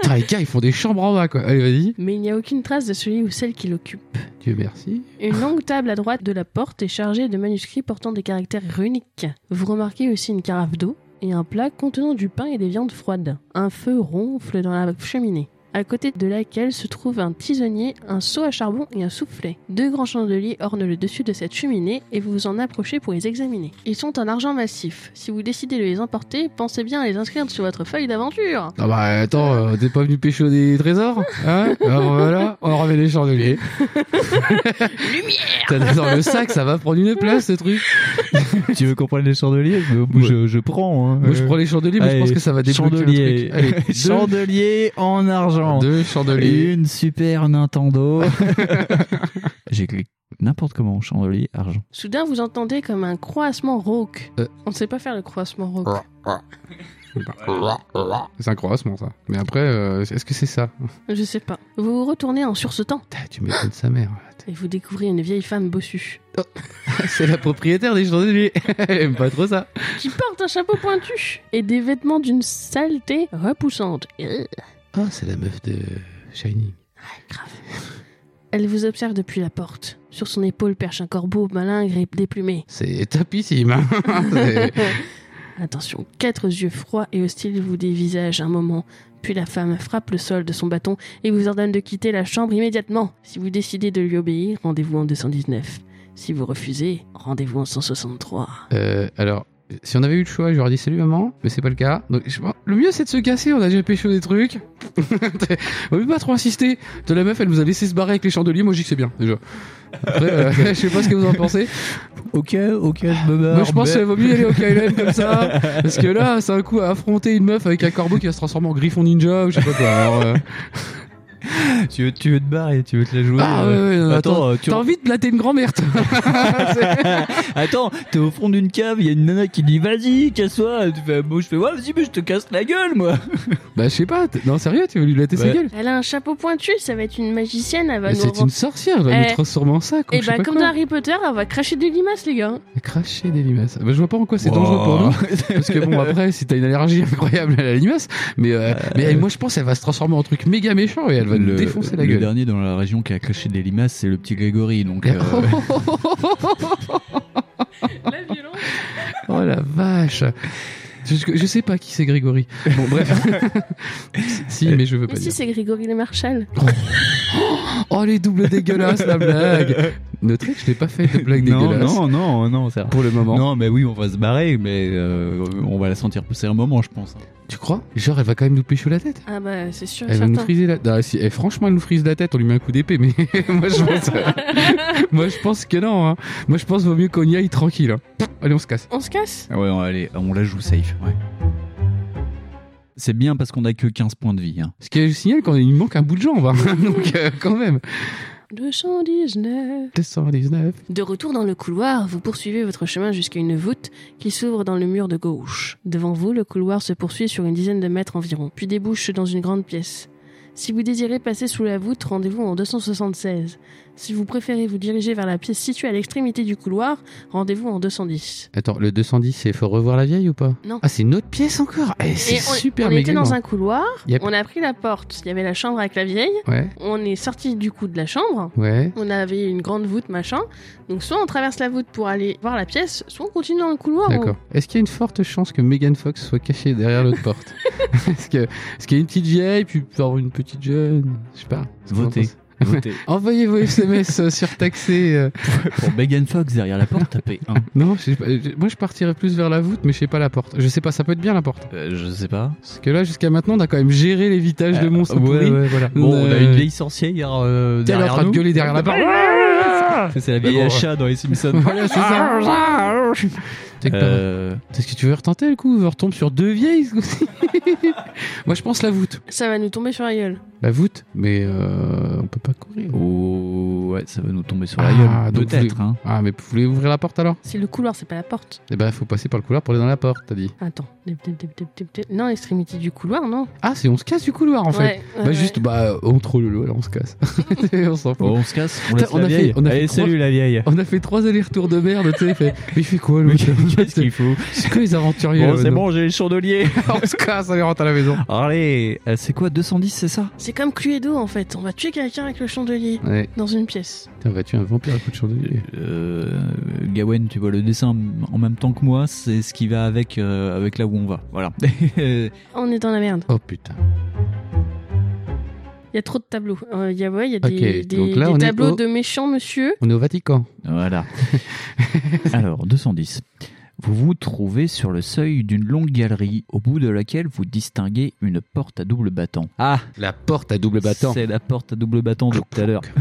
Putain, les gars, ils font des chambres en bas, quoi. Allez, vas-y.
Mais il n'y a aucune trace de celui ou celle qui l'occupe.
Dieu merci.
Une longue table à droite de la porte est chargée de manuscrits portant des caractères runiques. Vous remarquez aussi une carafe d'eau et un plat contenant du pain et des viandes froides. Un feu ronfle dans la cheminée. à côté de laquelle se trouve un tisonnier, un seau à charbon et un soufflet. Deux grands chandeliers ornent le dessus de cette cheminée et vous vous en approchez pour les examiner. Ils sont en argent massif. Si vous décidez de les emporter, pensez bien à les inscrire sur votre feuille d'aventure.
Ah bah attends, euh, t'es pas venu pêcher des trésors hein Alors voilà, on remet les chandeliers.
Lumière
T'as des- dans le sac, ça va prendre une place ce truc.
[LAUGHS] tu veux qu'on prenne les chandeliers je, je, je prends. hein.
Moi je prends les chandeliers, mais je
Allez,
pense que ça va débloquer
chandelier.
le [LAUGHS]
[LAUGHS]
truc. Allez, deux-
Chandelier en argent.
deux
Et
chandeliers.
une super [LAUGHS] Nintendo. J'ai cliqué n'importe comment chandelier argent.
Soudain, vous entendez comme un croassement rauque.
Euh.
On ne sait pas faire le croassement rauque.
C'est un croissement ça. Mais après, euh, est-ce que c'est ça
Je sais pas. Vous vous retournez en sursautant
Putain, Tu m'étonnes sa mère.
et vous découvrez une vieille femme bossue
[LAUGHS] c'est la propriétaire des [LAUGHS] chandeliers. Elle aime pas trop ça.
qui porte un chapeau pointu et des vêtements d'une saleté repoussante. Euh,
Ah, c'est la meuf de Shiny.
grave. Elle vous observe depuis la porte. Sur son épaule perche un corbeau malingre et déplumé.
C'est tapissime. hein. [LAUGHS] C'est-
Attention, quatre yeux froids et hostiles vous dévisagent un moment, puis la femme frappe le sol de son bâton et vous ordonne de quitter la chambre immédiatement. Si vous décidez de lui obéir, rendez-vous en 219. Si vous refusez, rendez-vous en 163.
Euh, alors, si on avait eu le choix, j'aurais dit salut maman, mais c'est pas le cas. Donc, je pense- le mieux c'est de se casser, on a déjà pêché des trucs. [LAUGHS] on veut pas trop insister. De la meuf, elle vous a laissé se barrer avec les chandeliers, moi je dis que c'est bien déjà. Après, euh, [LAUGHS] je sais pas ce que vous en pensez.
Ok, ok, je me barre.
Moi je pense qu'il vaut mieux aller au Kylen comme ça, parce que là, c'est un coup à affronter une meuf avec un corbeau qui va se transformer en griffon ninja ou je sais pas quoi. Alors,
[LAUGHS]
euh,
tu, veux, tu veux te barrer, tu veux te la jouer.
Ah
euh.
ouais, ouais, non,
attends, euh, tu-
T'as envie de blater une grand-mère toi. [LAUGHS] C'est-
Attends, t'es au fond d'une cave, il y a une nana qui dit vas-y, casse-toi. Tu fais, bon, je fais, ouais, vas-y, mais je te casse la gueule, moi.
Bah je sais pas, t- non sérieux, tu veux lui blater sa
Ouais.
gueule
Elle a un chapeau pointu, ça va être une magicienne, elle va
Mais
nous...
C'est une sorcière, elle va lui
Bah, Eh.
transformer en sac. ou
Et
je sais
bah
pas
comme
quoi.
dans Harry Potter, elle va cracher des limaces les gars.
Cracher des limaces. Bah, je vois pas en quoi [LAUGHS] c'est dangereux pour nous. Parce que bon, après, si t'as une allergie incroyable à la limace, mais, euh, mais elle, moi je pense qu'elle va se transformer en truc méga méchant et elle va nous défoncer la
le
gueule.
dernier dans la région qui a craché des limaces, c'est le petit Grégory. Donc, euh,
[LAUGHS] La violence
oh la vache je, je sais pas qui c'est Grégory. Bon
[LAUGHS]
bref. si, mais je veux pas
Mais si
dire.
c'est Grégory le Marshal.
[LAUGHS] Oh les doubles dégueulasses la blague. Notre ex, je n'ai pas fait de blague
non,
dégueulasse
non, non, non, ça.
pour le moment.
Non, mais oui, on va se barrer, mais euh, on va la sentir pousser un moment, je pense. hein.
Tu crois Genre elle va quand même nous pécho la tête.
Ah bah c'est sûr et
Elle va nous
certain.
friser la Ah, si, eh, franchement, elle nous frise la tête, on lui met un coup d'épée, mais [LAUGHS] moi, je pense... moi je pense [LAUGHS] que non. hein. Moi je pense vaut mieux qu'on y aille tranquille. hein. Allez, on se casse.
On se casse
Ah Ouais, on- allez, on la joue safe. Ouais. C'est bien parce qu'on a que 15 points de
[LAUGHS]
vie. hein.
Ce qui signale qu'il manque un bout de jambe. hein. [LAUGHS] Donc euh, quand même.
219.
219.
De retour dans le couloir, vous poursuivez votre chemin jusqu'à une voûte qui s'ouvre dans le mur de gauche. Devant vous, le couloir se poursuit sur une dizaine de mètres environ, puis débouche dans une grande pièce. Si vous désirez passer sous la voûte, rendez-vous en 276. Si vous préférez vous diriger vers la pièce située à l'extrémité du couloir, rendez-vous en 210.
Attends, le 210, c'est faut revoir la vieille ou pas
Non.
Ah, c'est une autre pièce encore. Eh, c'est
Et on,
super hein.
on
méga
était dans
grand.
un couloir,
Yep.
on a pris la porte, il y avait la chambre avec la vieille,
Ouais,
on est sorti du coup de la chambre,
ouais.
on avait une grande voûte machin, donc soit on traverse la voûte pour aller voir la pièce, soit on continue dans le couloir. on-
D'accord. Est-ce qu'il y a une forte chance que Megan Fox soit cachée derrière l'autre porte [LAUGHS] Est-ce que- est-ce qu'il y a une petite vieille, puis genre une petite jeune Je sais pas. Qu'est-ce que vous en
Votez.
pensez
Votez.
Envoyez vos SMS euh, surtaxés. euh.
Pour Megan Fox derrière la porte, tapez 1.
Non, je sais pas, je- moi je partirais plus vers la voûte, mais je sais pas la porte. Je sais pas, ça peut être bien la porte.
Euh, je sais pas.
Parce que là, jusqu'à maintenant, on a quand même géré l'évitage de
Euh,
monstres
ouais,
pourris.
ouais,
voilà.
Bon, on a une vieille sorcière euh,
T'es là en
derrière
train de
nous.
gueuler derrière la porte.
C'est la vieille
Bah, Bon,
achat dans les Simpsons.
[LAUGHS] Voilà, c'est ça.
[LAUGHS]
C'est que pas mal.
Euh,
Est-ce que tu veux retenter le coup On retombe sur deux vieilles [LAUGHS] ce coup-ci Moi je pense la voûte.
Ça va nous tomber sur la gueule.
La voûte Mais euh, on peut pas courir.
oh, ouais, ça va nous tomber sur la
Ah,
gueule.
donc
Peut-être. Hein.
Ah, mais vous voulez ouvrir la porte alors
C'est le couloir, c'est pas la porte.
Eh ben, faut passer par le couloir pour aller dans la porte, t'as dit.
Attends. Dip, dip, dip, dip, dip, dip. Non, l'extrémité du couloir, non
Ah, c'est on se casse du couloir en fait.
Ouais, ouais,
bah,
ouais.
juste, bah, on troll le lot, alors on se casse. [LAUGHS] on s'en fout.
Bon, on se casse. On,
Putain,
laisse
on
la
a fait-
vieille.
on a fait
Allez,
trois-
salut
[LAUGHS]
la vieille.
On a fait trois allers-retours de merde, tu sais. fait, Mais il fait quoi, [LAUGHS]
Mais
l'autre
Qu'est-ce qu'il faut
C'est que les aventuriers.
Bon,
là,
c'est
[LAUGHS] maintenant.
bon, j'ai les chandeliers. [LAUGHS]
on se casse, allez, rentre à la maison.
Allez, euh, c'est quoi 210, c'est ça
C'est comme Cluedo en fait. On va tuer quelqu'un avec le chandelier
Ouais,
dans une pièce.
putain, vas-tu un vampire à coup de chandelier
euh, Gawen, tu vois le dessin m- en même temps que moi, c'est ce qui va avec, euh,
[LAUGHS]
avec là où on va. Voilà.
On est dans la merde.
Oh putain.
Il y a trop de tableaux. Euh, Il y a, ouais, il y a
Ok,
des, des-
donc là,
des
on est
tableaux
au-
de méchants, monsieur.
On est au Vatican.
Voilà. [LAUGHS] Alors, 210. Vous vous trouvez sur le seuil d'une longue galerie, au bout de laquelle vous distinguez une porte à double battant. Ah,
La porte à double battant.
c'est la porte à double battant de tout à l'heure. [LAUGHS]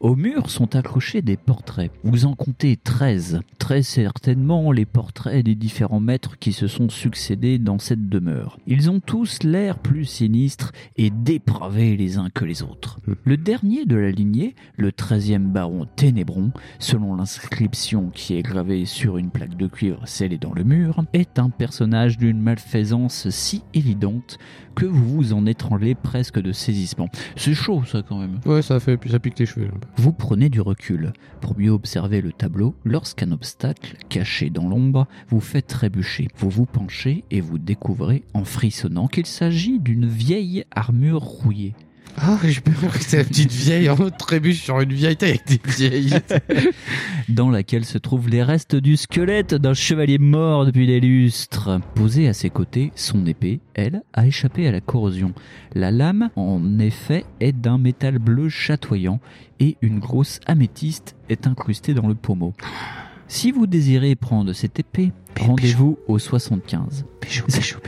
Au mur sont accrochés des portraits. Vous en comptez 13. Très certainement les portraits des différents maîtres qui se sont succédés dans cette demeure. Ils ont tous l'air plus sinistres et dépravés les uns que les autres.
Hum.
Le dernier de la lignée, le 13e baron Ténébron, selon l'inscription qui est gravée sur une plaque de cuivre scellée dans le mur, est un personnage d'une malfaisance si évidente que vous vous en étranglez presque de saisissement. C'est chaud ça quand même.
Ouais, ça fait, ça pique tes cheveux. là.
Vous prenez du recul pour mieux observer le tableau lorsqu'un obstacle, caché dans l'ombre, vous fait trébucher. Vous vous penchez et vous découvrez en frissonnant qu'il s'agit d'une vieille armure rouillée.
Ah, [LAUGHS] j'ai peur que c'est la petite vieille en mode trébuche sur une vieille taille avec des [LAUGHS] vieilles.
dans laquelle se trouvent les restes du squelette d'un chevalier mort depuis des lustres. Posée à ses côtés, son épée, elle, a échappé à la corrosion. La lame, en effet, est d'un métal bleu chatoyant et une grosse améthyste est incrustée dans le pommeau. Si vous désirez prendre cette épée, rendez-vous au 75. [LAUGHS]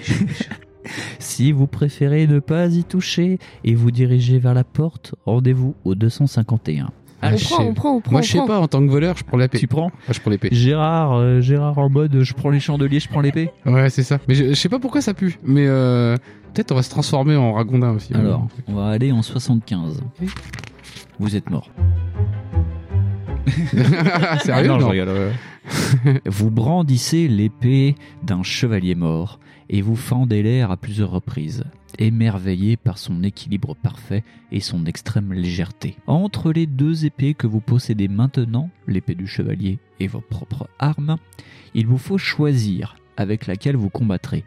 Si vous préférez ne pas y toucher et vous diriger vers la porte, rendez-vous au 251.
on,
Ah, je
prend,
sais-
on prend, on prend,
Moi,
on
je sais
prend.
pas, en tant que voleur, je prends l'épée.
Tu prends
Ah, je prends l'épée.
Gérard, euh, Gérard en mode je prends les chandeliers, je prends l'épée.
Ouais, c'est ça. Mais je, je sais pas pourquoi ça pue. Mais euh, peut-être on va se transformer en ragondin aussi.
Alors, on va aller en 75.
Ok.
Vous êtes mort.
hein. [LAUGHS] Sérieux
Non, je
rigole.
Vous brandissez l'épée d'un chevalier mort et vous fendez l'air à plusieurs reprises, émerveillé par son équilibre parfait et son extrême légèreté. Entre les deux épées que vous possédez maintenant, l'épée du chevalier et vos propres armes, il vous faut choisir avec laquelle vous combattrez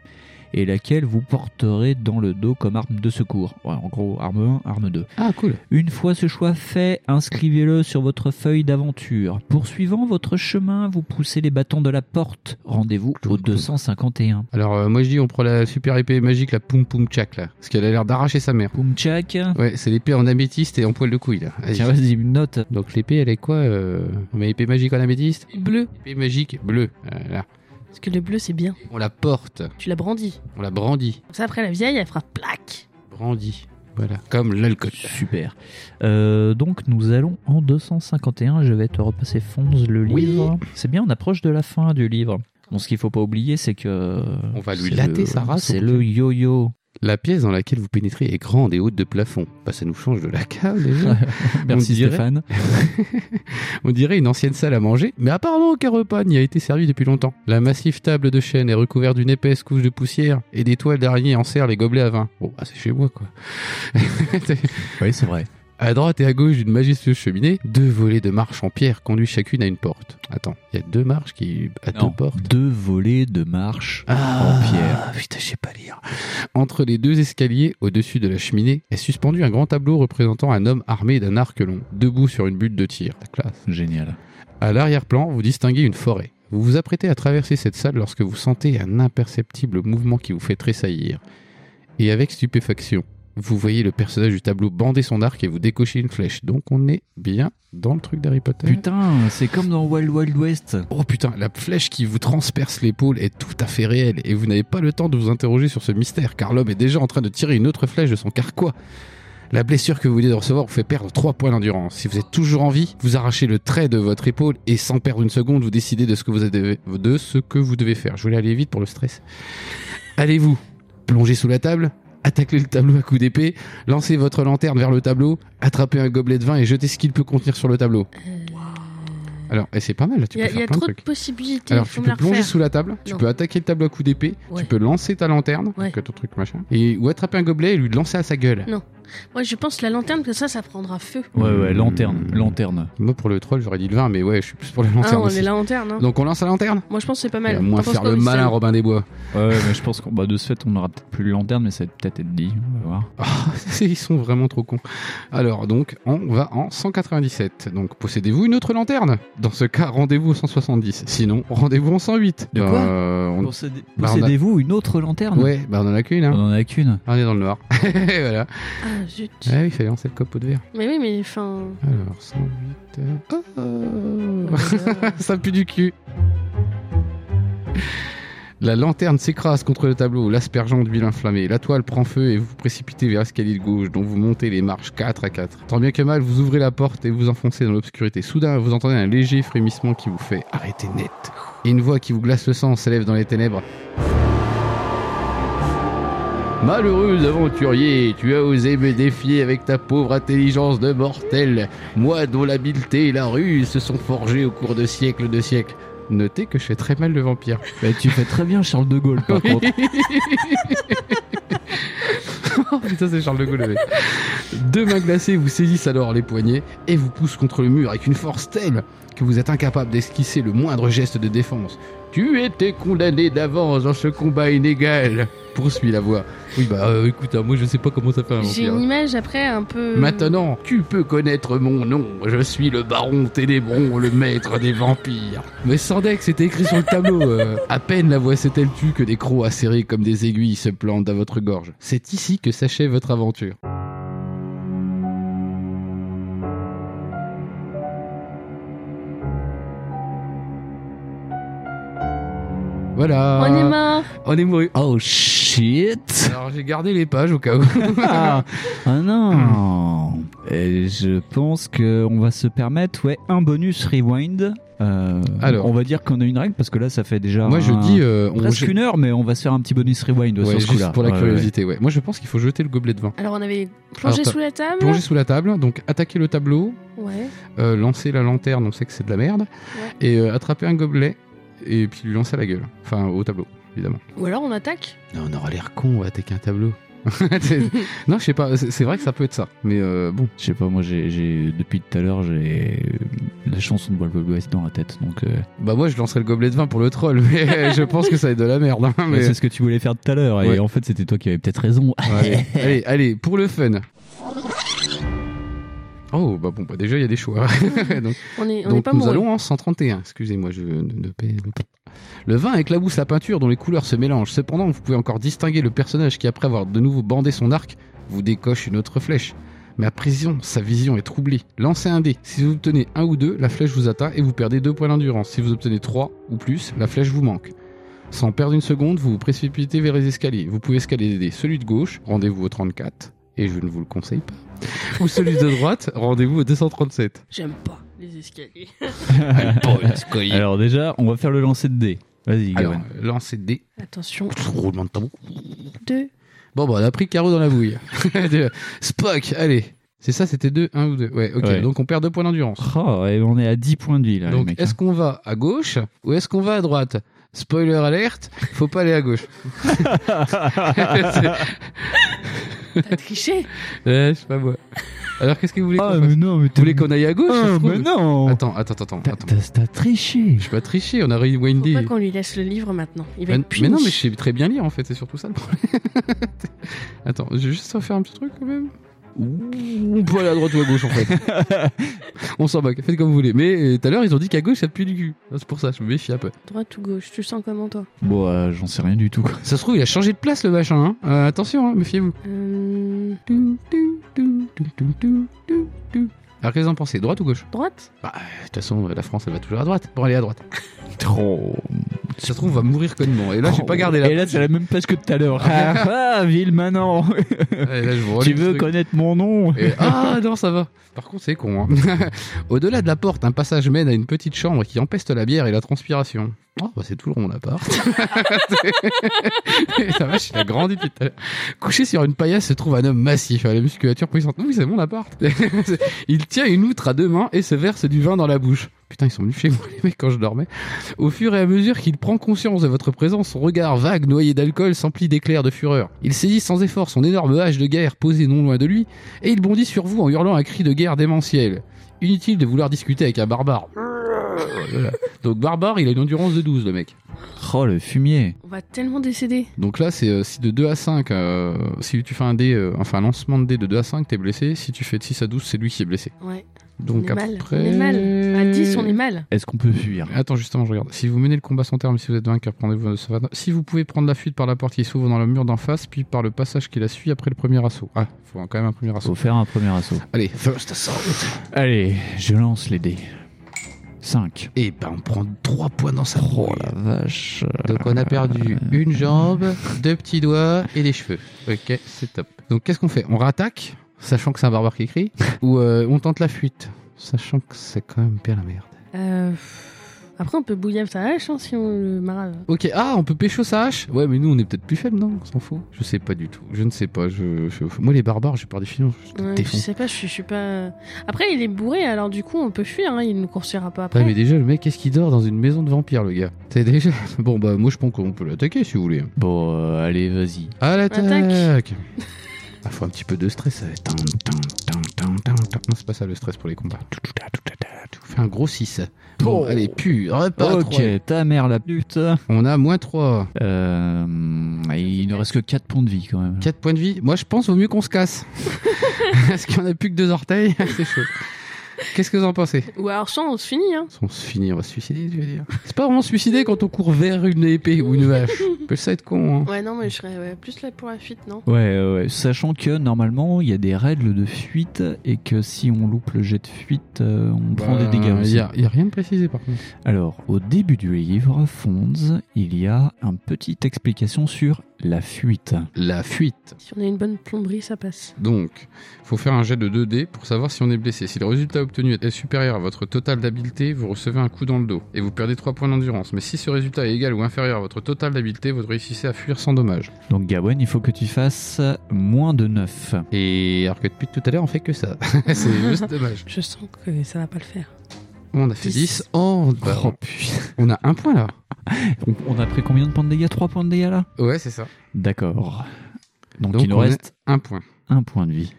et laquelle vous porterez dans le dos comme arme de secours. Ouais, en gros, arme 1, arme 2.
Ah, cool.
Une fois ce choix fait, inscrivez-le sur votre feuille d'aventure. Poursuivant votre chemin, vous poussez les bâtons de la porte. Rendez-vous au 251.
Alors, euh, moi, je dis, on prend la super épée magique, la Poum Poum Chak, là. Parce qu'elle a l'air d'arracher sa mère.
Poum tchak.
Ouais, c'est l'épée en améthyste et en poil de couille, là. Vas-y.
Tiens, vas-y, note.
Donc, l'épée, elle est quoi euh... On met épée magique en améthyste
Bleu,
Épée magique bleue. Voilà.
parce que le bleu, c'est bien.
On la porte.
Tu l'as brandi.
On la brandit.
Comme ça, après, la vieille, elle fera plaque.
Brandit. Voilà. Comme l'alcool.
Super. Euh, donc nous allons en 251. Je vais te repasser Fonz le
Oui.
livre. C'est bien, on approche de la fin du livre. Bon, ce qu'il faut pas oublier, c'est que
On va lui
c'est
latter
le-
sa race,
C'est
au
le yo-yo.
La pièce dans laquelle vous pénétrez est grande et haute de plafond. Bah, ça nous change de la cave, déjà.
Merci
dirait-
Stéphane.
On dirait une ancienne salle à manger, mais apparemment aucun repas n'y a été servi depuis longtemps. La massive table de chêne est recouverte d'une épaisse couche de poussière et des toiles d'araignée enserrent les gobelets à vin. Bon, bah, c'est chez moi, quoi. [LAUGHS]
Oui, c'est vrai.
à droite et à gauche d'une majestueuse cheminée, deux volets de marches en pierre conduisent chacune à une porte. Attends, il y a deux marches qui... à
Non,
deux portes
deux volets de marche
Ah,
en pierre.
Putain, je sais pas lire. Entre les deux escaliers, au-dessus de la cheminée, est suspendu un grand tableau représentant un homme armé d'un arc long, debout sur une butte de tir. La classe.
Génial.
À l'arrière-plan, vous distinguez une forêt. Vous vous apprêtez à traverser cette salle lorsque vous sentez un imperceptible mouvement qui vous fait tressaillir. Et avec stupéfaction, vous voyez le personnage du tableau bander son arc et vous décocher une flèche. Donc on est bien dans le truc d'Harry Potter.
Putain, c'est comme dans Wild Wild West.
Oh putain, la flèche qui vous transperce l'épaule est tout à fait réelle et vous n'avez pas le temps de vous interroger sur ce mystère car l'homme est déjà en train de tirer une autre flèche de son carquois. La blessure que vous venez de recevoir vous fait perdre 3 points d'endurance. Si vous êtes toujours en vie, vous arrachez le trait de votre épaule et sans perdre une seconde, vous décidez de ce que vous, avez- de ce que vous devez faire. Je voulais aller vite pour le stress. Allez-vous plonger sous la table Attaquer le tableau à coups d'épée, lancer votre lanterne vers le tableau, attraper un gobelet de vin et jeter ce qu'il peut contenir sur le tableau. Alors, et c'est pas mal, là, tu
Il Euh, y a,
peux
il y
faire
a
plein de
trop de,
trucs.
possibilités.
Alors,
faut
tu
me
peux
la
plonger
refaire.
sous la table, tu
Non.
peux attaquer le tableau à coups d'épée,
Ouais.
tu peux lancer ta lanterne,
Ouais. Mm.
donc ton truc machin, et, ou attraper un gobelet et lui lancer à sa gueule.
Moi, je pense la lanterne, parce que ça, ça prendra feu.
Ouais, ouais, lanterne,
Mmh.
lanterne.
Moi, pour le troll, j'aurais dit le vin, mais ouais, je suis plus pour la
Ah,
lanterne.
on
aussi.
est la lanterne. hein.
Donc, on lance la lanterne
Moi, je pense que c'est pas
Et
mal.
à moins
T'en penses
faire
quoi,
le
Winston
malin, Robin des Bois. [LAUGHS]
Ouais, mais je pense qu'on, bah, de ce fait, on aura peut-être plus de lanterne, mais ça va peut-être être dit. On va voir.
Ah, ils sont vraiment trop cons. Alors, donc, on va en 197. Donc, possédez-vous une autre lanterne Dans ce cas, rendez-vous au 170. Sinon, rendez-vous en 108.
De quoi
Euh, on-
Possédez- Possédez-vous une autre lanterne
Oh.
Ouais, bah on en a qu'une, hein. [LAUGHS]
On en a qu'une.
On est dans le noir. voilà.
Ah, Ah, zut.
Ah oui, il fallait lancer le copeau de verre.
Mais oui, mais
[LAUGHS]
enfin.
Alors, 108. euh, oh. [LAUGHS] Ça pue du cul. La lanterne s'écrase contre le tableau, l'aspergeant d'huile inflammée. La toile prend feu et vous vous précipitez vers l'escalier de gauche, dont vous montez les marches 4 à 4. Tant bien que mal, vous ouvrez la porte et vous enfoncez dans l'obscurité. Soudain, vous entendez un léger frémissement qui vous fait arrêter net. Et une voix qui vous glace le sang s'élève dans les ténèbres. Malheureux aventurier, tu as osé me défier avec ta pauvre intelligence de mortel, moi dont l'habileté et la ruse se sont forgées au cours de siècles de siècles. Notez que je fais très mal le vampire.
Bah, tu fais très bien Charles de Gaulle, [LAUGHS] par contre.
Oh, putain, c'est Charles de Gaulle. le mec. [LAUGHS] Deux mains glacées vous saisissent alors les poignets et vous poussent contre le mur avec une force telle que vous êtes incapable d'esquisser le moindre geste de défense. Tu étais condamné d'avance dans ce combat inégal, poursuit la voix. Oui, bah euh, écoute, hein, moi je sais pas comment ça fait un
J'ai
vampire.
une image après un peu. euh,
Maintenant, tu peux connaître mon nom. Je suis le baron Ténébron, le maître des vampires. Mais Sandex, c'était écrit sur le tableau. euh. À peine la voix s'est-elle tue que des crocs acérés comme des aiguilles se plantent à votre gorge. C'est ici que s'achève votre aventure. Voilà.
On est mort.
On est mouru.
Oh shit
Alors j'ai gardé les pages
[LAUGHS]
au cas où.
Ah, ah non Et je pense qu'on va se permettre ouais, un bonus rewind. Euh,
Alors.
on va dire qu'on a une règle parce que là ça fait déjà
Moi je
un-
dis, euh, on
presque une heure, mais on va se faire un petit bonus rewind
Ouais,
sur ce
juste
coup-là.
pour la
Ouais,
curiosité, ouais. Moi, je pense qu'il faut jeter le gobelet de vin.
Alors on avait plongé
Alors,
sous la table.
Plonger sous la table, donc attaquer le tableau,
Ouais.
euh, lancer la lanterne, on sait que c'est de la merde,
Ouais.
et euh, attraper un gobelet, et puis lui lancer à la gueule. Enfin, au tableau, évidemment.
Ou alors on attaque.
on aura l'air con à attaquer un [LAUGHS] tableau. non, je sais pas, c'est c'est vrai que ça peut être ça, mais euh, bon.
ouais. Je sais pas, moi j'ai, j'ai- depuis tout à l'heure j'ai euh, la chanson de Wolf dans la tête, donc euh,
Bah, moi, je lancerai le gobelet de vin pour le troll, [LAUGHS] mais euh, je pense que ça va être de la merde. hein, mais-
c'est ce que tu voulais faire tout à l'heure,
Ouais.
et en fait c'était toi qui avais peut-être raison.
allez, allez, allez, pour le fun. Oh, bah bon, bah déjà, il y a des choix. [LAUGHS] Donc,
On est, on est
Donc
pas
nous
mort.
allons en 131. Excusez-moi, je ne ne- ne- Le vin éclabousse la peinture dont les couleurs se mélangent. Cependant, vous pouvez encore distinguer le personnage qui, après avoir de nouveau bandé son arc, vous décoche une autre flèche. Mais à prison, sa vision est troublée. Lancez un dé. Si vous obtenez un ou deux, la flèche vous atteint et vous perdez deux points d'endurance. Si vous obtenez trois ou plus, la flèche vous manque. Sans perdre une seconde, vous vous précipitez vers les escaliers. Vous pouvez escalader celui de gauche, rendez-vous au 34, et je ne vous le conseille pas. Ou celui de droite, rendez-vous au 237.
J'aime pas les escaliers.
[LAUGHS] Alors déjà, on va faire le lancer de dés. Vas-y,
Alors,
Gawain.
lancez dé.
Attention.
Roulement de tambour.
Deux.
Bon, bah, on a pris Caro dans la bouille. [LAUGHS] De- Spock, allez. C'est ça, c'était 2, 1 ou 2. Ouais, ok.
Ouais.
Donc, on perd 2 points d'endurance.
Oh, et on est à 10 points de vie là, les
Donc,
mecs, hein.
est-ce qu'on va à gauche ou est-ce qu'on va à droite Spoiler alerte, faut pas aller à
[LAUGHS]
gauche. [LAUGHS] C'est-
T'as triché.
Ouais, je sais pas moi. Alors, qu'est-ce que vous voulez qu'on
Ah,
fasse
mais non, mais
Vous voulez qu'on aille à gauche ça se
Ah,
trouve
mais non
Attends, attends, attends.
T'as-
attends.
T'as t'as triché
Je suis pas triché, on a
Faut
rewindé.
pas qu'on lui laisse le livre maintenant. Il va
Mais,
être puni.
mais non, mais je sais très bien lire en fait, c'est surtout ça le problème. [LAUGHS] Attends, je vais juste refaire un petit truc quand même. Ouh, On peut aller à droite ou à gauche en fait. On s'en moque, faites comme vous voulez. Mais euh, tout à l'heure, ils ont dit qu'à gauche ça pue du cul. Ah, C'est pour ça, je me méfie un peu.
Droite ou gauche, tu le sens comment toi
Bon, euh, j'en sais rien du tout.
Ça se trouve, il a changé de place le machin. Hein. Euh, attention, hein, méfiez-vous.
Euh,
Tou, tou, tou, tou, tou, tou, tou, tou. Alors qu'est-ce que vous en pensez Droite ou gauche
Droite
Bah, euh, de toute façon, euh, la France elle va toujours à droite pour aller à droite.
[LAUGHS] Trop.
Ça se trouve, on va mourir connement. Et là, j'ai pas gardé la.
Et là, c'est la même page que tout à l'heure. [LAUGHS] ah, ah, ville maintenant
Et là, je vous relis
Tu
Oh, le
veux
truc.
connaître mon nom
Et- ah non, ça va. Par contre, c'est con. hein. [LAUGHS] Au-delà de la porte, un passage mène à une petite chambre qui empeste la bière et la transpiration. Oh, bah, c'est tout le rond [LAUGHS] l'appart. ça vache, il a grandi tout à l'heure. Couché sur une paillasse se trouve un homme massif à la musculature puissante. Oui, c'est mon appart. [LAUGHS] il tient une outre à deux mains et se verse du vin dans la bouche. Putain, ils sont venus chez moi, les mecs, quand je dormais. Au fur et à mesure qu'il prend conscience de votre présence, son regard vague, noyé d'alcool, s'emplit d'éclairs de fureur. Il saisit sans effort son énorme hache de guerre posée non loin de lui et il bondit sur vous en hurlant un cri de guerre démentiel. Inutile de vouloir discuter avec un barbare.
Oh
Voilà. Donc barbare, il a une endurance de 12 le mec.
Oh, le fumier
On va tellement décéder.
Donc là c'est euh, si de 2 à 5 euh, si tu fais un dé euh, enfin un lancement de dé de 2 à 5 t'es blessé, si tu fais de 6 à 12 c'est lui qui est blessé.
Ouais.
Donc
est mal, on
après.
est mal. À 10, on est mal.
Est-ce qu'on peut fuir
Attends, justement, je regarde. Si vous menez le combat sans terme, si vous êtes vainqueur, prenez vos savates. Si vous pouvez prendre la fuite par la porte qui s'ouvre dans le mur d'en face, puis par le passage qui la suit après le premier assaut. Ah, faut quand même un premier assaut.
Faut faire un premier assaut.
Allez, first assault.
Allez, je lance les dés. 5.
Et ben, on prend 3 points dans sa
Oh
roue.
la vache.
Donc on a perdu une jambe, deux petits doigts et des cheveux. Ok, c'est top. Donc qu'est-ce qu'on fait On rattaque, sachant que c'est un barbare qui crie, [LAUGHS] ou euh, on tente la fuite, sachant que c'est quand même bien la merde.
Euh, pff. Après, on peut bouillir sa hache hein, si on le marave.
Ok, ah, on peut pécho sa hache Ouais, mais nous on est peut-être plus faible, non On s'en fout. Je sais pas du tout. Je ne sais pas. Je, je- Moi les barbares, j'ai par définition, je les
Ouais, je
défonce.
sais pas, je, suis- je suis pas. euh. Après, il est bourré, alors du coup, on peut fuir, hein, il nous coursera pas après.
Ouais, mais déjà, le mec, qu'est-ce qu'il dort dans une maison de vampires, le gars C'est déjà. [LAUGHS] Bon, bah, moi, je pense qu'on peut l'attaquer si vous voulez.
Bon, euh, allez, vas-y.
À l'attaque
Attaque.
[LAUGHS] Il Ah, faut un petit peu de stress. ça va être tan, tan, tan, tan, tan, tan. Non, c'est pas ça le stress pour les combats. Fais un gros 6. Bon,
Oh.
allez, pu, repas
Ok,
trois.
ta mère la pute.
On a moins 3.
Euh, il ne reste que 4 points de vie quand même.
4 points de vie. Moi, je pense vaut mieux qu'on se casse. [LAUGHS] Parce qu'on a plus que deux orteils, [LAUGHS] c'est chaud. Qu'est-ce que vous en pensez
Ou alors, soit on se finit, hein.
On se finit, on va se suicider, tu veux dire. C'est pas vraiment se suicider quand on court vers une épée ou une [LAUGHS] vache. Peut ça être con, hein.
Ouais, non, mais je serais ouais, plus là pour la fuite, non
Ouais, ouais, ouais. sachant que normalement il y a des règles de fuite et que si on loupe le jet de fuite, euh, on prend
Bah,
des dégâts aussi.
Il y a, y a rien de précisé par contre.
Alors, au début du livre, Fonds, il y a une petite explication sur la fuite.
La fuite.
Si on a une bonne plomberie, ça passe.
Donc, faut faire un jet de 2D pour savoir si on est blessé. Si le résultat obtenu est supérieur à votre total d'habileté, vous recevez un coup dans le dos et vous perdez 3 points d'endurance. Mais si ce résultat est égal ou inférieur à votre total d'habileté, vous réussissez à fuir sans dommage.
Donc, Gawen, il faut que tu fasses moins de 9.
Et alors que depuis tout à l'heure, on fait que ça. [LAUGHS] C'est juste dommage.
Je sens que ça va pas le faire.
On a fait 10.
Dix.
Oh, bah,
Oh putain.
on a un point là.
On, on a pris combien de points de dégâts 3 points de dégâts là
Ouais, c'est ça.
D'accord. Donc,
Donc,
il nous
on est- Mmh.
reste
Un point.
un point de vie.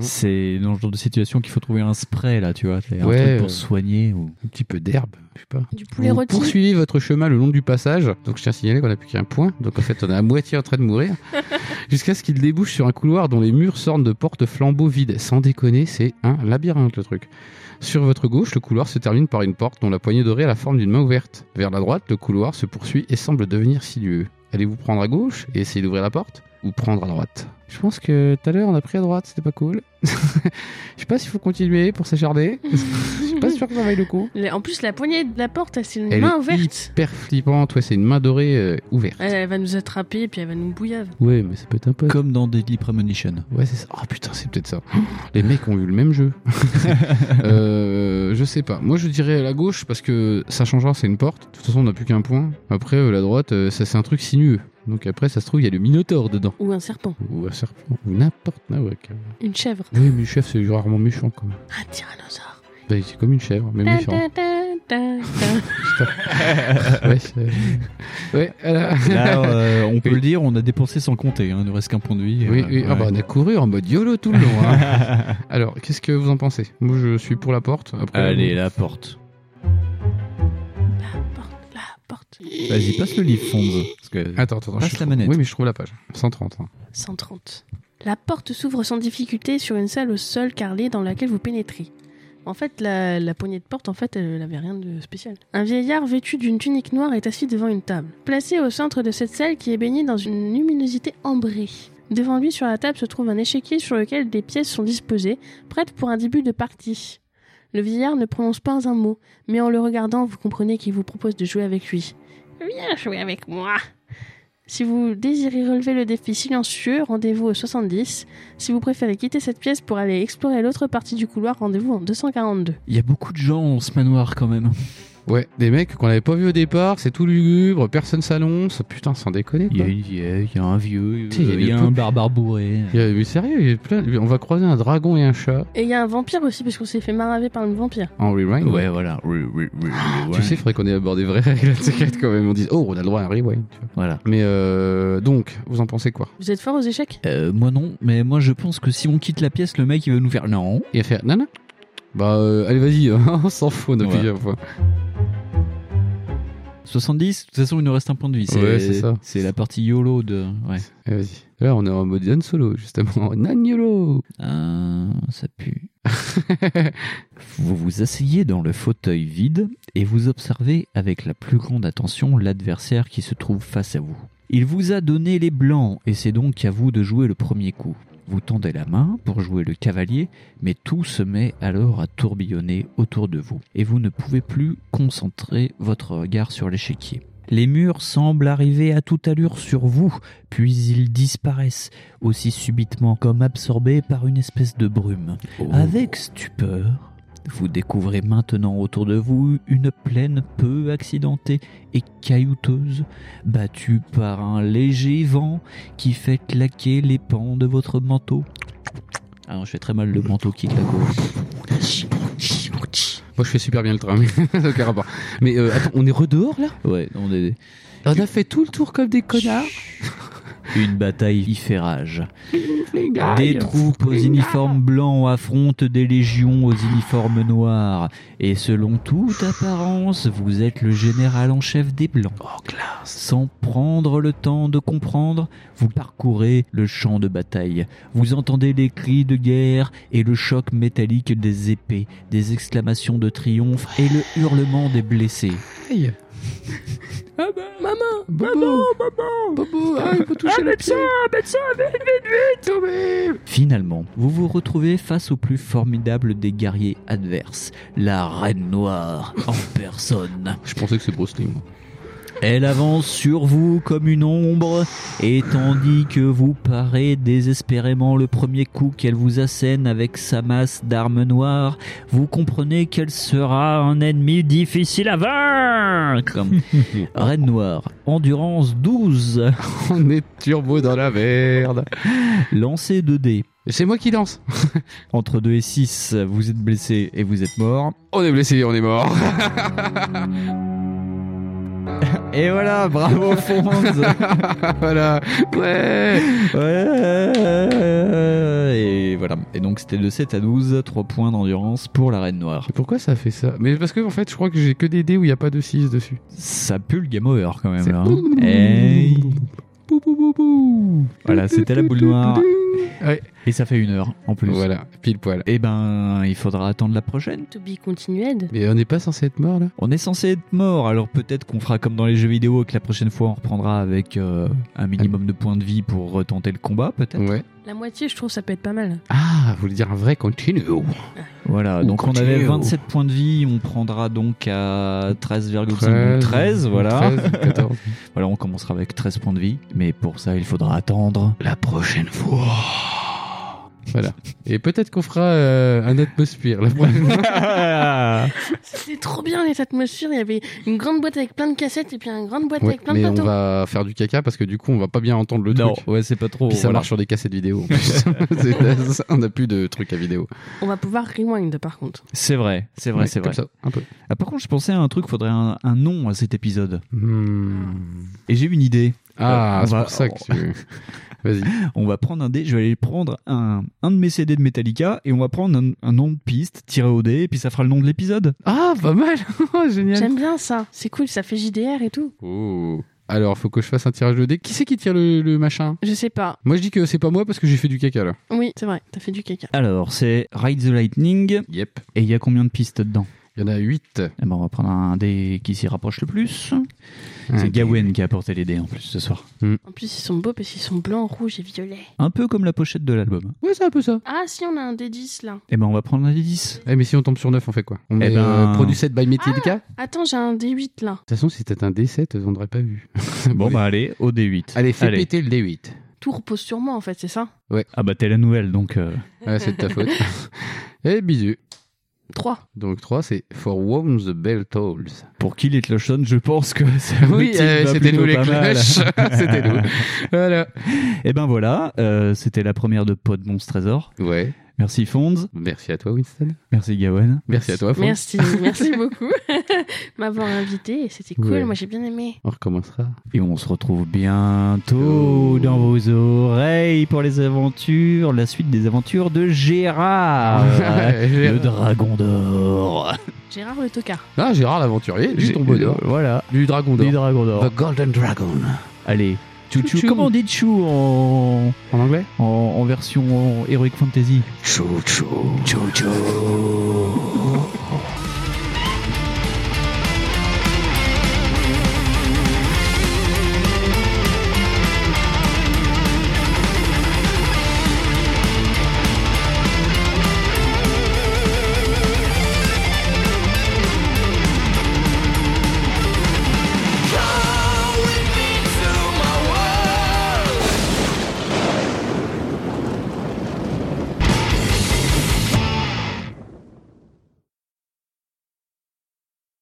C'est dans le genre de situation qu'il faut trouver un spray là, tu vois. c'est Un
Ouais,
truc
euh,
pour soigner ou.
Un petit peu d'herbe, je sais pas.
Du poulet
vous
rôti.
poursuivez votre chemin le long du passage. Donc je tiens à signaler qu'on a plus qu'un point. Donc en fait, on est à moitié en train de mourir. Jusqu'à ce qu'il débouche sur un couloir dont les murs sortent de portes flambeaux vides. Sans déconner, c'est un labyrinthe le truc. Sur votre gauche, le couloir se termine par une porte dont la poignée dorée a la forme d'une main ouverte. Vers la droite, le couloir se poursuit et semble devenir sinueux. Allez-vous prendre à gauche et essayer d'ouvrir la porte Ou prendre à droite Je pense que tout à l'heure on a pris à droite, c'était pas cool. [LAUGHS] Je sais pas s'il faut continuer pour s'acharner. [LAUGHS] Je suis pas sûr que ça vaille le coup.
La- En plus, la poignée de la porte, elle, c'est une
Elle
main
est
ouverte.
hyper flippante, ouais, c'est une main dorée euh, ouverte.
Elle, elle va nous attraper et puis elle va nous bouillave.
Ouais, mais ça peut être un peu.
Comme dans Deadly
[LAUGHS]
Premonition.
Ouais, c'est ça. Oh putain, c'est peut-être ça. [GASPS] Les mecs ont eu le même jeu. [LAUGHS] euh, je sais pas. Moi, je dirais à la gauche parce que ça changera, c'est une porte. De toute façon, on n'a plus qu'un point. Après, euh, la droite, euh, ça c'est un truc sinueux. Donc après, ça se trouve, il y a le Minotaure dedans.
Ou un serpent.
Ou un serpent. Ou n'importe quoi. ouais, quand même.
Une chèvre.
Oui, mais le chef, c'est rarement méchant quand même.
Un tyrannosaure.
Bah, c'est comme une chèvre, mais
Ta,
méchant.
ta, ta, ta, ta.
Ouais, c'est- [LAUGHS] ouais voilà.
Là, euh, on peut
Oui.
le dire, on a dépensé sans compter. hein, il ne reste qu'un point de vie.
Oui,
euh,
oui. Ah
ouais.
bah, on a couru en mode YOLO tout le long.
[LAUGHS]
hein. Alors, qu'est-ce que vous en pensez Moi, je suis pour la porte. Après,
Allez, la porte.
La porte, la porte.
Vas-y, passe le livre, Fonz. Parce que-
Attends, attends, attends,
Passe
je
la
trouve-
manette.
Oui, mais je trouve la page. 130. hein.
130. La porte s'ouvre sans difficulté sur une salle au sol carrelée dans laquelle vous pénétrez. En fait, la, la poignée de porte, en fait, elle n'avait rien de spécial. Un vieillard vêtu d'une tunique noire est assis devant une table, placée au centre de cette salle qui est baignée dans une luminosité ambrée. Devant lui, sur la table, se trouve un échiquier sur lequel des pièces sont disposées, prêtes pour un début de partie. Le vieillard ne prononce pas un mot, mais en le regardant, vous comprenez qu'il vous propose de jouer avec lui. Viens jouer avec moi, si vous désirez relever le défi silencieux, rendez-vous au 70. Si vous préférez quitter cette pièce pour aller explorer l'autre partie du couloir, rendez-vous en 242.
Il y a beaucoup de gens en ce manoir quand même.
Ouais, des mecs qu'on n'avait pas vu au départ, c'est tout lugubre, personne s'annonce. Putain, sans déconner.
Il y
quoi.
a une vieille, il y a un vieux,
Tu sais, il y a
euh, il y a
le
un
peuple.
barbare bourré.
Il y a- Mais sérieux, il y a plein... on va croiser un dragon et un chat
Et il y a un vampire aussi, parce qu'on s'est fait maraver par le vampire.
en rewind.
Ouais, voilà. Oui, oui, oui, oui,
Tu
ouais.
sais, il faudrait qu'on ait abordé des vraies règles de secrète quand même. On dise, oh, on a le droit à un rewind. tu vois.
Voilà.
Mais euh, donc, vous en pensez quoi
Vous êtes fort aux échecs
Euh, moi non, mais moi je pense que si on quitte la pièce, le mec il va nous faire non.
Il a fait, non, non. Bah, euh, allez, vas-y, [LAUGHS] on s'en fout, on a
Ouais.
plusieurs fois.
70, de toute façon il nous reste un point de vie. C'est,
Ouais, c'est ça.
C'est la partie YOLO de. Ouais.
[LAUGHS] Allez, vas-y. Là, on est en mode Han Solo, justement. Nan YOLO
Ah, ça pue. [LAUGHS] Vous vous asseyez dans le fauteuil vide et vous observez avec la plus grande attention l'adversaire qui se trouve face à vous. Il vous a donné les blancs et c'est donc à vous de jouer le premier coup. Vous tendez la main pour jouer le cavalier, mais tout se met alors à tourbillonner autour de vous et vous ne pouvez plus concentrer votre regard sur l'échiquier. Les murs semblent arriver à toute allure sur vous, puis ils disparaissent aussi subitement comme absorbés par une espèce de brume.
Oh.
Avec stupeur, vous découvrez maintenant autour de vous une plaine peu accidentée et caillouteuse, battue par un léger vent qui fait claquer les pans de votre manteau. Alors je fais très mal le manteau qui claque.
Moi, je fais super bien le train, mais [LAUGHS] ça n'a aucun rapport. Mais euh, attends, on est redehors là
Ouais, on est
On a fait tout le tour comme des connards
une bataille y fait rage. Des troupes aux uniformes blancs affrontent des légions aux uniformes noirs. Et selon toute apparence, vous êtes le général en chef des blancs. Sans prendre le temps de comprendre, vous parcourez le champ de bataille. Vous entendez les cris de guerre et le choc métallique des épées, des exclamations de triomphe et le hurlement des blessés.
Hey.
Maman
Bobo Bobo, ah, il faut toucher le pied Tommy
Finalement, vous vous retrouvez face au plus formidable des guerriers adverses, la Reine Noire en personne.
Je pensais que c'est Bruce Lee, moi.
Elle avance sur vous comme une ombre, et tandis que vous parez désespérément le premier coup qu'elle vous assène avec sa masse d'armes noires, vous comprenez qu'elle sera un ennemi difficile à vaincre. Reine Noire, endurance 12,
[LAUGHS] On est turbo dans la merde
lancez 2 dés.
C'est moi qui lance
Entre 2 et 6, vous êtes blessé et vous êtes mort.
On est blessé, on est mort [LAUGHS]
Et voilà, bravo
[LAUGHS]
Fonz
Voilà Ouais
Ouais. Et voilà. Et donc c'était de 7 à 12, 3 points d'endurance pour la reine noire.
Mais Pourquoi ça fait ça Mais parce que en fait, je crois que j'ai que des dés où il n'y a pas de 6 dessus.
Ça pue le game over quand même.
C'est-
Là, hein. Hey.
Bou, bou, bou, bou.
Voilà, c'était la boule noire.
Ouais.
Et ça fait une heure en plus.
Voilà, pile poil.
Et ben, il faudra attendre la prochaine.
To be continued.
Mais on n'est pas censé être mort là
On est censé être mort, alors peut-être qu'on fera comme dans les jeux vidéo et que la prochaine fois on reprendra avec euh, un minimum de points de vie pour retenter le combat, peut-être.
Ouais.
La moitié, je trouve, ça peut être pas mal.
Ah, vous voulez dire un vrai continue
Voilà,
Ou
donc on
continue,
avait
ou-
27 points de vie, on prendra donc à 13,5 13,
13,
voilà.
13, [LAUGHS] 14.
Voilà, on commencera avec 13 points de vie, mais pour ça, il faudra attendre la prochaine [LAUGHS] fois.
Et peut-être qu'on fera euh, un atmosphère la prochaine fois.
C'était trop bien, les atmosphères. Il y avait une grande boîte avec plein de cassettes et puis une grande boîte
Ouais,
avec plein de
mais on
plateaux.
va faire du caca parce que du coup on va pas bien entendre le
non,
truc.
ouais, c'est pas trop.
Puis ça
voilà.
marche sur des cassettes vidéo.
[LAUGHS]
en plus. [LAUGHS] C'est- ça, on n'a plus de trucs à vidéo.
On va pouvoir rewind, par contre.
C'est vrai, c'est vrai,
Ouais,
c'est vrai.
comme ça, un peu.
Ah, par contre, je pensais à un truc, faudrait un, un nom à cet épisode.
Hmm.
Et j'ai une idée.
Ah,
Euh, On
c'est
va-
pour ça que tu... [LAUGHS] Vas-y.
On va prendre un dé, je vais aller prendre un, un de mes CD de Metallica et on va prendre un, un nom de piste, tirer au dé, et puis ça fera le nom de l'épisode.
Ah, pas
[LAUGHS]
mal
Oh,
Génial
J'aime bien ça. C'est cool, ça fait JDR et tout.
oh. Alors, faut que je fasse un tirage de dés. Qui c'est qui tire le, le machin
Je sais pas.
Moi, je dis que c'est pas moi parce que j'ai fait du caca, là.
Oui, c'est vrai, t'as fait du caca.
Alors, c'est Ride the Lightning,
Yep.
et il y a combien de pistes dedans
Il y en a 8.
Eh ben, On va prendre un dé qui s'y rapproche le plus.
Ah,
C'est Gawain qui a apporté les dés en plus ce soir.
En plus, ils sont beaux parce qu'ils sont blancs, rouges et violets.
Un peu comme la pochette de l'album.
Ouais, c'est un peu ça.
Ah, si, on a un D10 là.
Eh ben, on va prendre un des 10.
Eh, mais si on tombe sur 9, on fait quoi On
Eh
est
ben-
euh, produit 7 by Metallica De toute
Attends, j'ai un D8 là.
façon, si c'était un D7, on n'aurait pas [LAUGHS] vu.
Bon, bah, allez, au D8.
Allez, fais péter le D8.
Tout repose sur moi en fait, c'est ça
Ah, bah, t'es la nouvelle, donc. euh,
Ouais, Ah, c'est de ta
[LAUGHS]
faute. Et bisous.
3.
Donc 3, c'est For Whom the Bell Tolls.
Pour qui les cloches sonnent, je pense que [LAUGHS] ça [LAUGHS] le
Oui,
titre
euh,
va
c'était
plutôt
nous les
pas mal.
cloches. [LAUGHS] c'était
[LAUGHS]
nous. Voilà.
Eh ben voilà, euh, c'était la première de Pod Monstre Trésor.
Ouais.
Merci Fonz,
Merci à toi, Winston.
merci Gawen.
Merci à toi, Franck.
Merci, merci beaucoup [LAUGHS] m'avoir invité. C'était cool,
Ouais.
moi j'ai bien aimé.
On recommencera.
Et on se retrouve bientôt dans vos oreilles pour les aventures, la suite des aventures de Gérard,
[LAUGHS]
Ah, le dragon d'or.
Gérard le tocard.
Ah, Gérard l'aventurier, du
J'ai- euh,
tombeau d'or,
Voilà,
du dragon
du
d'or.
dragon d'or.
Golden Dragon.
Allez, Chou chou.
Chouchou.
Comment on dit chou en,
En anglais
en, en version Heroic Fantasy
Chou chou.
Chou chou.